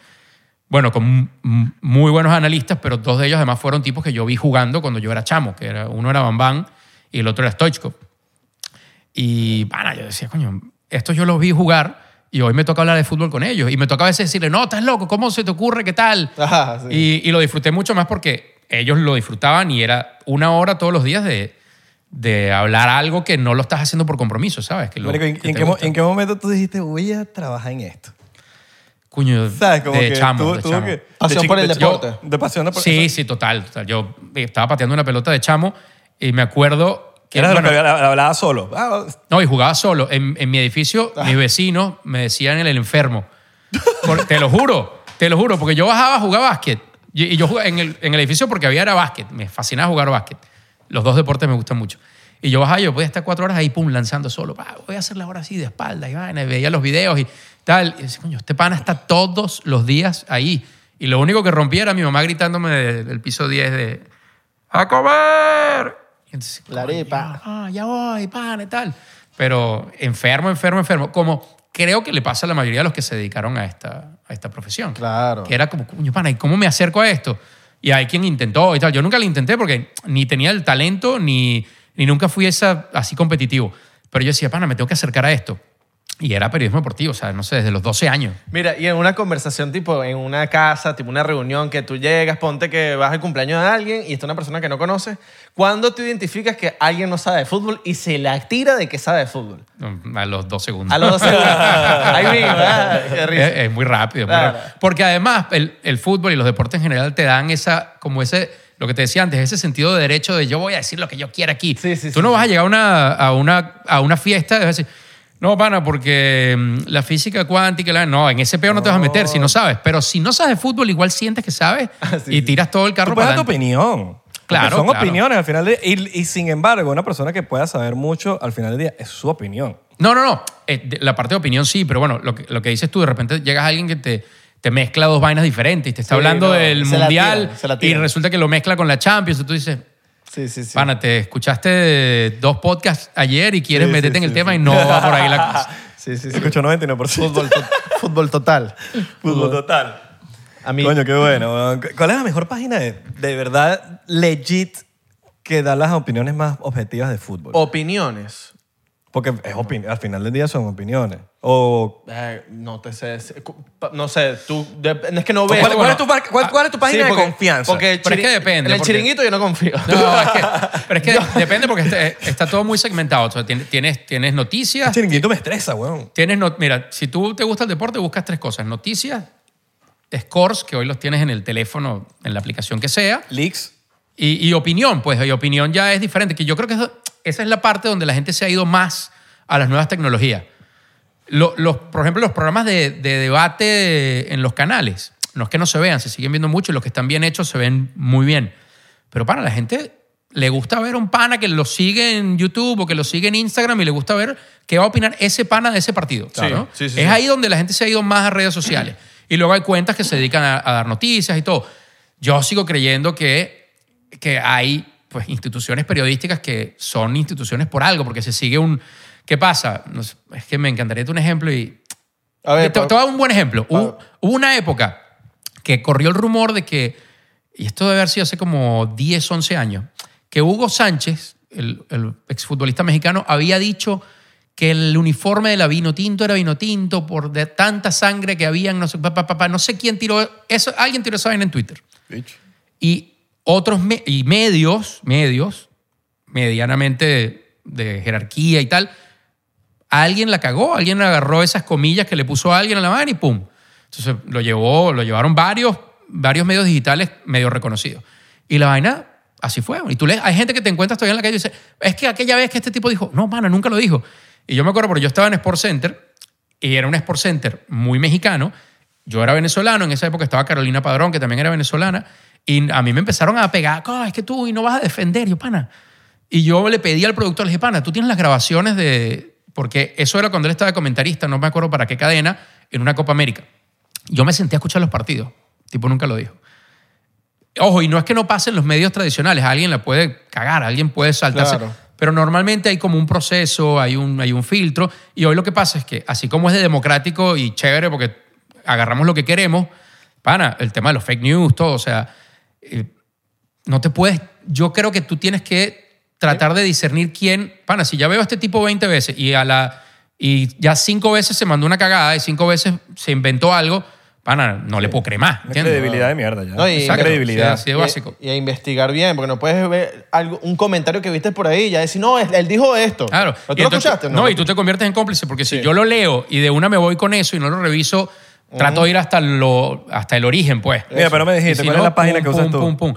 bueno, con m- m- muy buenos analistas, pero dos de ellos además fueron tipos que yo vi jugando cuando yo era chamo, que era, uno era Bambán y el otro era Stoichkov. Y, pana, yo decía, coño, estos yo los vi jugar y hoy me toca hablar de fútbol con ellos. Y me toca a veces decirle, no, estás loco, ¿cómo se te ocurre? ¿Qué tal? Ajá, sí. y, y lo disfruté mucho más porque ellos lo disfrutaban y era una hora todos los días de, de hablar algo que no lo estás haciendo por compromiso, ¿sabes? Que lo- Marico, ¿en, que en te qué, mo- gusta. en qué momento tú dijiste, voy a trabajar en esto? Coño, ¿Sabes? Como de que chamo, tú- de tú chamo. que- de Pasión chico- por el de chico- deporte. De pasión por Sí, sí, total, total. Yo estaba pateando una pelota de chamo y me acuerdo que... Era de lo bueno, que hablaba hablaba solo. Ah, no, y jugaba solo. En, en mi edificio, Ah. mis vecinos me decían el, el enfermo. Por- te lo juro, te lo juro, porque yo bajaba a jugar básquet. Y, y yo jugaba en el, en el edificio porque había era básquet. Me fascinaba jugar básquet. Los dos deportes me gustan mucho. Y yo bajaba, yo podía estar cuatro horas ahí, pum, lanzando solo. Pa, voy a hacer la hora así de espalda. Y, vaina, y veía los videos y tal. Y decía, coño, este pana está todos los días ahí. Y lo único que rompía era mi mamá gritándome de- del piso 10 de... ¡A comer! Y entonces, La arepa. ah, ya voy, pan y tal. Pero enfermo, enfermo, enfermo. Como creo que le pasa a la mayoría de los que se dedicaron a esta, a esta profesión. Claro. Que era como, coño, pana, ¿y cómo me acerco a esto? Y hay quien intentó y tal. Yo nunca lo intenté porque ni tenía el talento ni, ni nunca fui esa, así competitivo. Pero yo decía, pana, me tengo que acercar a esto. Y era periodismo deportivo, o sea, no sé, desde los 12 años. Mira, y en una conversación tipo en una casa, tipo una reunión que tú llegas, ponte que vas al cumpleaños de alguien y está una persona que no conoces, ¿cuándo tú identificas que alguien no sabe de fútbol y se la tira de que sabe de fútbol? A los dos segundos. A los dos segundos. Ahí mismo, ¿verdad? Eh, Qué risa. Es, es muy rápido. es muy Claro. rápido. Porque además el, el fútbol y los deportes en general te dan esa, como ese, lo que te decía antes, ese sentido de derecho de yo voy a decir lo que yo quiera aquí. Sí, sí, Tú sí, no sí. vas a llegar a una, a una, a una fiesta y vas a decir, no, pana, porque mm, la física cuántica, y la-". no, en ese peo no, te vas a meter si no sabes. Pero si no sabes de fútbol, igual sientes que sabes sí, y tiras todo el tú carro puedes para dar tu adelante. opinión. Claro, Porque Son claro. opiniones al final del día. Y, y sin embargo, una persona que pueda saber mucho al final del día es su opinión. No, no, no. Eh, de- La parte de opinión sí, pero bueno, lo que, lo que dices tú, de repente llegas a alguien que te, te mezcla dos vainas diferentes y te está Sí, hablando no, del se la mundial tira, se la y tira. resulta que lo mezcla con la Champions. Y tú dices, Sí, sí, sí. pana, te escuchaste dos podcasts ayer y quieres Sí, sí, meterte en sí, el sí. tema y no va por ahí la cosa. Sí, sí, sí. Escucho 99%. Fútbol, to- fútbol total. Fútbol total. A mí, Coño, qué bueno. weón. ¿Cuál es la mejor página de, de verdad legit que da las opiniones más objetivas de fútbol? opiniones. Porque es opin- al final del día son opiniones. O, Eh, no te sé. decir. No sé, tú. de- Es que no ¿Cuál, veo. cuál es tu, par- cuál- cuál es tu página Sí, porque- de confianza? Porque el Pero es que chiring- depende, En el porque- chiringuito yo no confío. No, es que, pero es que depende porque está, está todo muy segmentado. O sea, tien- tienes, tienes el noticias, Ah, chiringuito me estresa, weón. tienes... no- mira, si tú te gusta el deporte, buscas tres cosas. Noticias, scores, que hoy los tienes en el teléfono, en la aplicación que sea. Leaks. Y, y opinión, pues, y opinión ya es diferente, que yo creo que eso- esa es la parte donde la gente se ha ido más a las nuevas tecnologías. Lo- los, por ejemplo, los programas de, de debate en los canales, no es que no se vean, se siguen viendo mucho y los que están bien hechos se ven muy bien. Pero para la gente le gusta ver a un pana que lo sigue en YouTube o que lo sigue en Instagram y le gusta ver qué va a opinar ese pana de ese partido. ¿no? sí, sí, es sí. ahí donde la gente se ha ido más a redes sociales. Y luego hay cuentas que se dedican a, a dar noticias y todo. Yo sigo creyendo que, que hay pues, instituciones periodísticas que son instituciones por algo, porque se sigue un... ¿Qué pasa? No sé, es que me encantaría darte un ejemplo y A ver, te, pa- te voy a dar un buen ejemplo. Hubo, hubo una época que corrió el rumor de que, y esto debe haber sido hace como 10, 11 años, que Hugo Sánchez, el, el exfutbolista mexicano, había dicho que el uniforme de la vino tinto era vino tinto por de tanta sangre que había, no sé, pa, pa, pa, pa. no sé quién tiró eso, alguien tiró esa vaina en Twitter. Y otros me- y medios, medios, medianamente de, de jerarquía y tal, alguien la cagó, alguien agarró esas comillas que le puso a alguien a la mano y pum. Entonces lo llevó, lo llevaron varios, varios medios digitales medio reconocidos. Y la vaina así fue. Y tú lees, hay gente que te encuentras todavía en la calle y dice, es que aquella vez que este tipo dijo, no, mano, nunca lo dijo. Y yo me acuerdo, porque yo estaba en Sports Center y era un Sports Center muy mexicano. Yo era venezolano, en esa época estaba Carolina Padrón, que también era venezolana, y a mí me empezaron a pegar, "Ah, es que tú y no vas a defender, yo, pana. Y yo le pedí al productor, le dije, pana, tú tienes las grabaciones de, porque eso era cuando él estaba de comentarista, no me acuerdo para qué cadena, en una Copa América. Yo me senté a escuchar los partidos. El tipo nunca lo dijo. Ojo, y no es que no pasen los medios tradicionales. Alguien la puede cagar, alguien puede saltarse. Claro. Pero normalmente hay como un proceso, hay un, hay un filtro. Y hoy lo que pasa es que, así como es de democrático y chévere, porque agarramos lo que queremos, pana, el tema de los fake news, todo, o sea, eh, no te puedes. Yo creo que tú tienes que tratar de discernir quién. Pana, si ya veo a este tipo 20 veces y a la. Y ya cinco veces se mandó una cagada y cinco veces se inventó algo, pana, no le puedo creer más. Una ¿entiendes? credibilidad de mierda ya. No, y- Esa Exacto, credibilidad. sí, así de básico. Y, y a investigar bien, porque no puedes ver algo, un comentario que viste por ahí y ya decir, no, él, él dijo esto. Claro. ¿Pero ¿Tú Y lo entonces- escuchaste? o No, y tú te conviertes en cómplice, porque si Sí. yo lo leo y de una me voy con eso y no lo reviso, trato de ir hasta, lo, hasta el origen, pues. Mira, pero me dijiste, Y si ¿cuál no, es la página pum, que usas pum, tú? pum, pum.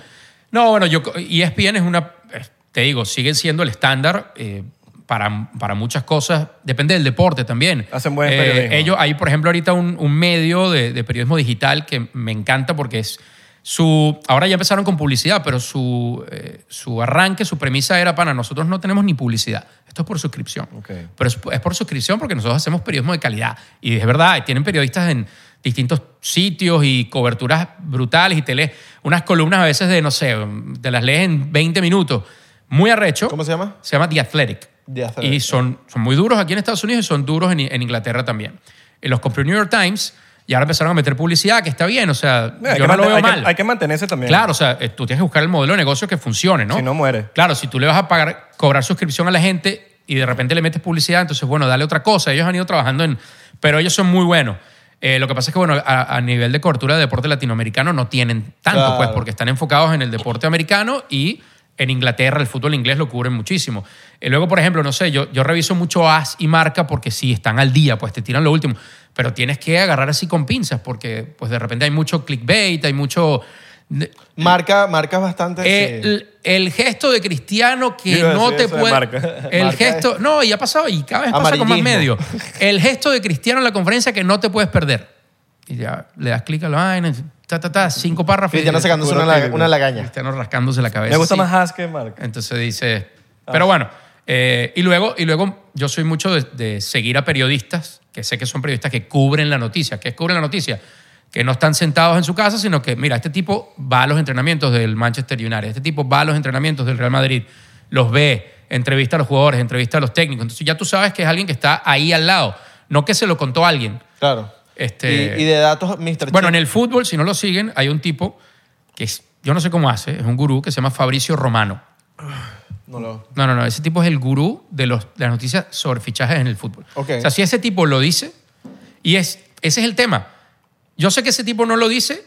No, bueno, yo, E ESPN es una, eh, te digo, siguen siendo el estándar eh, para, para muchas cosas. Depende del deporte también. Hacen buen Eh, periodismo. ellos, hay, por ejemplo, ahorita un, un medio de, de periodismo digital que me encanta porque es su... Ahora ya empezaron con publicidad, pero su, eh, su arranque, su premisa era, pana, nosotros no tenemos ni publicidad. Esto es por suscripción. Ok. Pero es, es por suscripción porque nosotros hacemos periodismo de calidad. Y es verdad, y tienen periodistas en distintos sitios y coberturas brutales y te lees unas columnas a veces de, no sé, te las lees en 20 minutos. Muy arrecho. ¿Cómo se llama? Se llama The Athletic. The Athletic. Y son, son muy duros aquí en Estados Unidos y son duros en, en Inglaterra también. Eh, Los compró New York Times y ahora empezaron a meter publicidad, que está bien, o sea, Mira, hay yo que no lo manten- veo hay que- mal. hay que mantenerse también. Claro, o sea, eh, tú tienes que buscar el modelo de negocio que funcione, ¿no? Si no, muere. Claro, si tú le vas a pagar, cobrar suscripción a la gente y de repente le metes publicidad, entonces, bueno, dale otra cosa. Ellos han ido trabajando en... Pero ellos son muy buenos. Eh, lo que pasa es que, bueno, a, a nivel de cobertura de deporte latinoamericano no tienen tanto, Claro. pues, porque están enfocados en el deporte americano y en Inglaterra el fútbol inglés lo cubren muchísimo. Eh, luego, por ejemplo, no sé, yo, yo reviso mucho as y marca porque sí, están al día, pues te tiran lo último, pero tienes que agarrar así con pinzas porque, pues, de repente hay mucho clickbait, hay mucho... Marca, marcas bastante. sí. El, Eh, el gesto de Cristiano Yo que iba a no decir te eso de puede. marca. El Marca gesto. No, y ha pasado, y cada vez pasa con más Amarillismo. medios. El gesto de Cristiano en la conferencia que no te puedes perder. Y ya le das clic a la vaina, ta, ta, ta, cinco párrafos. Cristiano y- sacándose una, la- una lagaña. Cristiano rascándose la cabeza. Me gusta sí. más Haas que Marca. Entonces dice. Ah. Pero bueno. eh, y, luego, y luego yo soy mucho de, de seguir a periodistas, que sé que son periodistas que cubren la noticia. que cubren la noticia? Que no están sentados en su casa, sino que, mira, este tipo va a los entrenamientos del Manchester United, este tipo va a los entrenamientos del Real Madrid, los ve, entrevista a los jugadores, entrevista a los técnicos. Entonces ya tú sabes que es alguien que está ahí al lado, no que se lo contó alguien. Claro. Este- Y, y de datos, Mr. Bueno, en Chip. el fútbol, si no lo siguen, hay un tipo que es- yo no sé cómo hace, es un gurú que se llama Fabricio Romano. No lo- No, no, no. Ese tipo es el gurú de, los, de las noticias sobre fichajes en el fútbol. Ok. O sea, si ese tipo lo dice, y es, ese es el tema. Yo sé que ese tipo no lo dice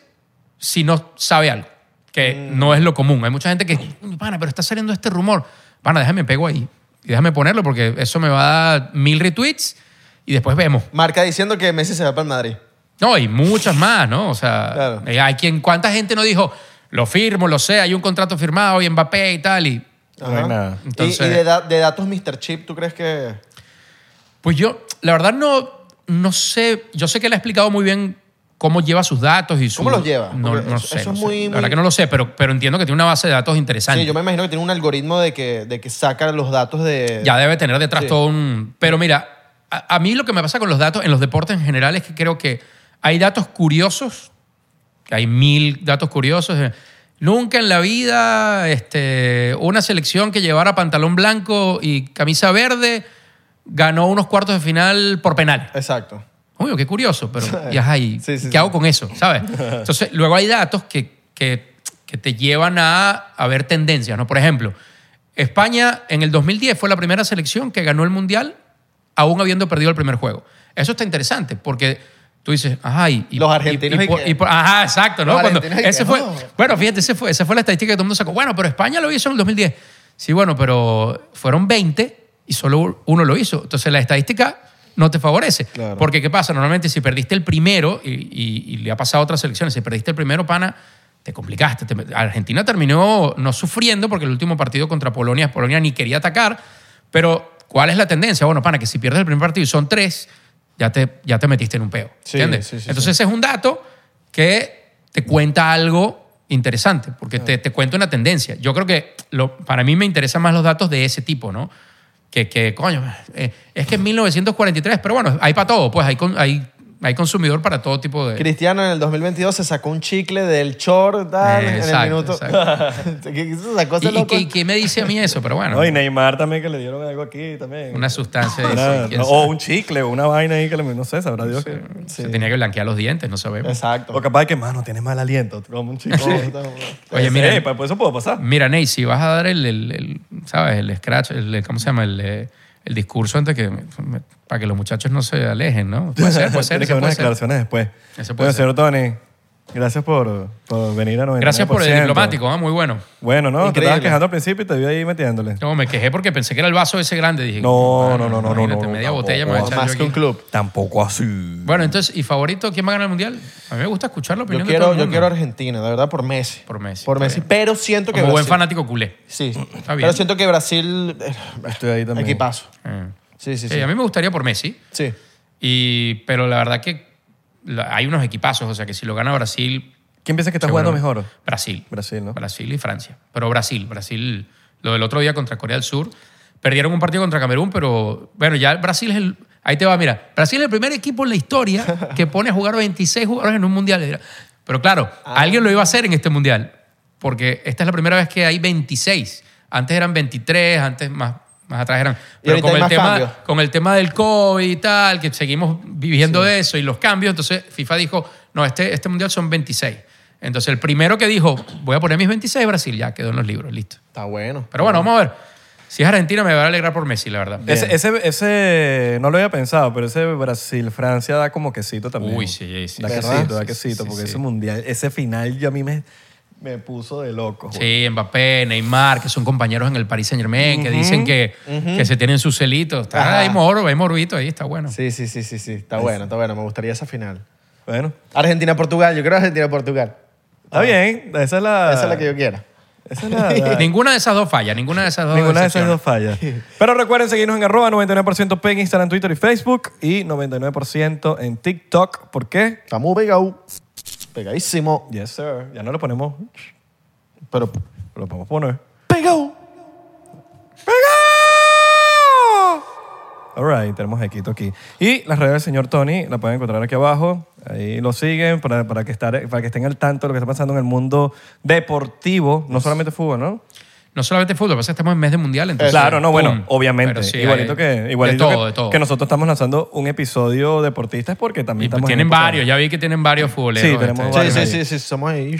si no sabe algo, que Mm. no es lo común. Hay mucha gente que, "Coño, pana, pero está saliendo este rumor. Pana, déjame pego ahí y déjame ponerlo porque eso me va a dar mil retweets y después vemos. Marca diciendo que Messi se va para el Madrid. No, y muchas más, ¿no? O sea, Claro. eh, hay quien, ¿cuánta gente no dijo, lo firmo, lo sé, hay un contrato firmado y Mbappé y tal? Y No hay Ajá. nada. Y- Entonces- y de, da- de datos, Mr. Chip, ¿tú crees que.? Pues yo, la verdad no, no sé. Yo sé que él ha explicado muy bien cómo lleva sus datos y su, ¿Cómo los lleva? No, Porque no eso- sé. eso no es sé. muy- La verdad muy- que no lo sé, pero, pero entiendo que tiene una base de datos interesante. Sí, yo me imagino que tiene un algoritmo de que, de que saca los datos de. Ya debe tener detrás todo un... Pero mira, a, a mí lo que me pasa con los datos en los deportes en general es que creo que hay datos curiosos, que hay mil datos curiosos. eh. Nunca en la vida este, una selección que llevara pantalón blanco y camisa verde ganó unos cuartos de final por penal. Exacto. Obvio, qué curioso, pero y ajá, ¿y Sí, sí, ¿qué sí. hago con eso? ¿Sabes? Entonces, luego hay datos que, que- que te llevan a, a ver tendencias, ¿no? Por ejemplo, España en el 2010 fue la primera selección que ganó el Mundial aún habiendo perdido el primer juego. Eso está interesante porque tú dices, ajá, y... y- Los y- argentinos y y por- que- y por- Ajá, exacto, ¿no? Los Cuando argentinos y ese que fue, no. bueno, fíjate, ese fue, esa fue la estadística que todo el mundo sacó. Bueno, pero España lo hizo en el 2010. Sí, bueno, pero fueron 20 y solo uno lo hizo. Entonces la estadística no te favorece. Claro. Porque, ¿qué pasa? Normalmente si perdiste el primero, y, y- y le ha pasado a otras selecciones, si perdiste el primero, pana, te complicaste. Te- Argentina terminó no sufriendo porque el último partido contra Polonia, Polonia ni quería atacar. Pero, ¿cuál es la tendencia? Bueno, pana, que si pierdes el primer partido y son tres, ya te, ya te metiste en un peo. Sí, ¿Entiendes? sí, sí, Entonces, ese es un dato que te cuenta algo interesante, porque te, te cuenta una tendencia. Yo creo que lo, para mí me interesan más los datos de ese tipo, ¿no? que, que, coño, eh, es que es 1943, pero bueno, hay para todo, pues hay, con- hay, hay consumidor para todo tipo de... Cristiano en el 2022 se sacó un chicle del short tal, en el Eh, Exacto, minuto. ¿Qué se sacó ¿Y, ese y loco? qué, y qué me dice a mí eso? Pero bueno, No, y Neymar también que le dieron algo aquí también. una sustancia... Una- dice, quién no, sabe. o un chicle o una vaina ahí que le, no sé, sabrá Dios. que- Se tenía que blanquear los dientes, no sabemos. Exacto. O capaz que, mano, tienes mal aliento. Como un chicle. Oye, Sí, mira. pues pues eso puede pasar. Mira, Ney, si vas a dar el, el- el, ¿sabes? El scratch, el, ¿cómo se llama? El, eh, el discurso antes que, para que los muchachos no se alejen, ¿no? Puede ser, puede ser. Tienes que eso puede haber unas ser. declaraciones después. Eso puede bueno, señor Tony, gracias por, por venir a 99%. Gracias por el diplomático, ah, muy bueno. Bueno, no, te Increíble. estabas quejando al principio y te vi ahí metiéndole. No, me quejé porque pensé que era el vaso ese grande. Dije, No, bueno, no, no, no, no, imagínate, no, media tampoco. botella me voy a echar Más yo que un aquí. club. Tampoco así. Bueno, entonces, ¿y favorito quién va a ganar el mundial? A mí me gusta escuchar la Yo opinión de quiero, todo el yo mundo. quiero Argentina, de verdad, por Messi. Por Messi, Por está Messi. bien. Pero siento que Como buen Brasil- fanático culé. Sí. bien. Pero siento que Brasil. eh, Estoy ahí también. Equipazo. Eh. Sí, sí, Sí, sí. a mí me gustaría por Messi. Sí. Y, pero la verdad que la- hay unos equipazos, o sea que si lo gana Brasil. ¿Quién piensa que está seguro- jugando mejor? Brasil. Brasil, ¿no? Brasil y Francia. Pero Brasil, Brasil, lo del otro día contra Corea del Sur, perdieron un partido contra Camerún, pero bueno, ya Brasil es el... Ahí te va, mira, Brasil es el primer equipo en la historia que pone a jugar 26 jugadores en un mundial. Pero claro, Ah. alguien lo iba a hacer en este mundial, porque esta es la primera vez que hay 26. Antes eran 23, antes más, más atrás eran... Pero ahorita con hay el, más tema, cambios. con el tema del COVID y tal, que seguimos viviendo de eso y los cambios, entonces FIFA dijo, no, este, este mundial son 26. Entonces el primero que dijo, voy a poner mis 26 Brasil, ya quedó en los libros, listo. Está bueno. Pero bueno, vamos a ver. Si es Argentina me va a alegrar por Messi, la verdad. Ese, ese, ese, no lo había pensado, pero ese Brasil-Francia da como quesito también. Uy, sí, sí, Da sí, quesito, sí, da sí, quesito, sí, porque sí. ese mundial, ese final yo a mí me, me puso de loco. güey. Sí, Mbappé, Neymar, que son compañeros en el Paris Saint Germain, que dicen que, que se tienen sus celitos. Está, Ajá. hay moro, hay morbito ahí, está bueno. Sí, sí, sí, sí, sí. Está bueno, está bueno. Me gustaría esa final. Bueno, Argentina-Portugal. Yo creo Argentina-Portugal. está Ah. bien. Esa es la... Esa es la que yo quiera. Esa es la- la- Ninguna de esas dos falla, ninguna de esas dos. Ninguna de esas decepciona. dos falla. Pero recuerden seguirnos en arroba 99% P en Instagram, Twitter y Facebook y 99% en TikTok. ¿Por qué? Está muy pegado. Pegadísimo. Yes, sir. Ya no lo ponemos, Pero lo podemos poner. pegado. All right, tenemos Equito aquí. Y las redes del señor Tony la pueden encontrar aquí abajo. Ahí lo siguen para, para que estar, para que estén al tanto de lo que está pasando en el mundo deportivo, no solamente fútbol, ¿no? No solamente fútbol, pasa que estamos en mes de mundial, entonces. Claro, no, pum. bueno, obviamente. Pero sí, igualito hay- que, igualito de todo, que, de todo. que nosotros estamos lanzando un episodio deportista es porque Y también pues estamos en tienen época- varios, ya vi que tienen varios futboleros. Sí, tenemos este. Sí, Varios sí, ahí. sí, sí. Somos ahí.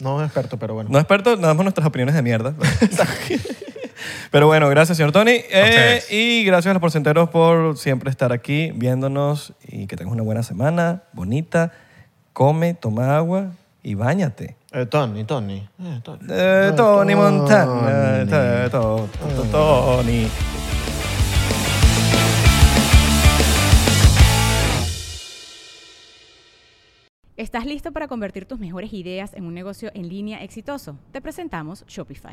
No expertos, pero bueno. No expertos, damos nuestras opiniones de mierda. Pero bueno, gracias, señor Tony. Eh, ustedes. y gracias a los porcenteros por siempre estar aquí viéndonos y que tengas una buena semana, bonita. Come, toma agua y bañate. Eh, Tony, Tony. Eh, Tony. Eh, Tony Montana. eh, to- to- to- Tony. ¿Estás listo para convertir tus mejores ideas en un negocio en línea exitoso? Te presentamos Shopify.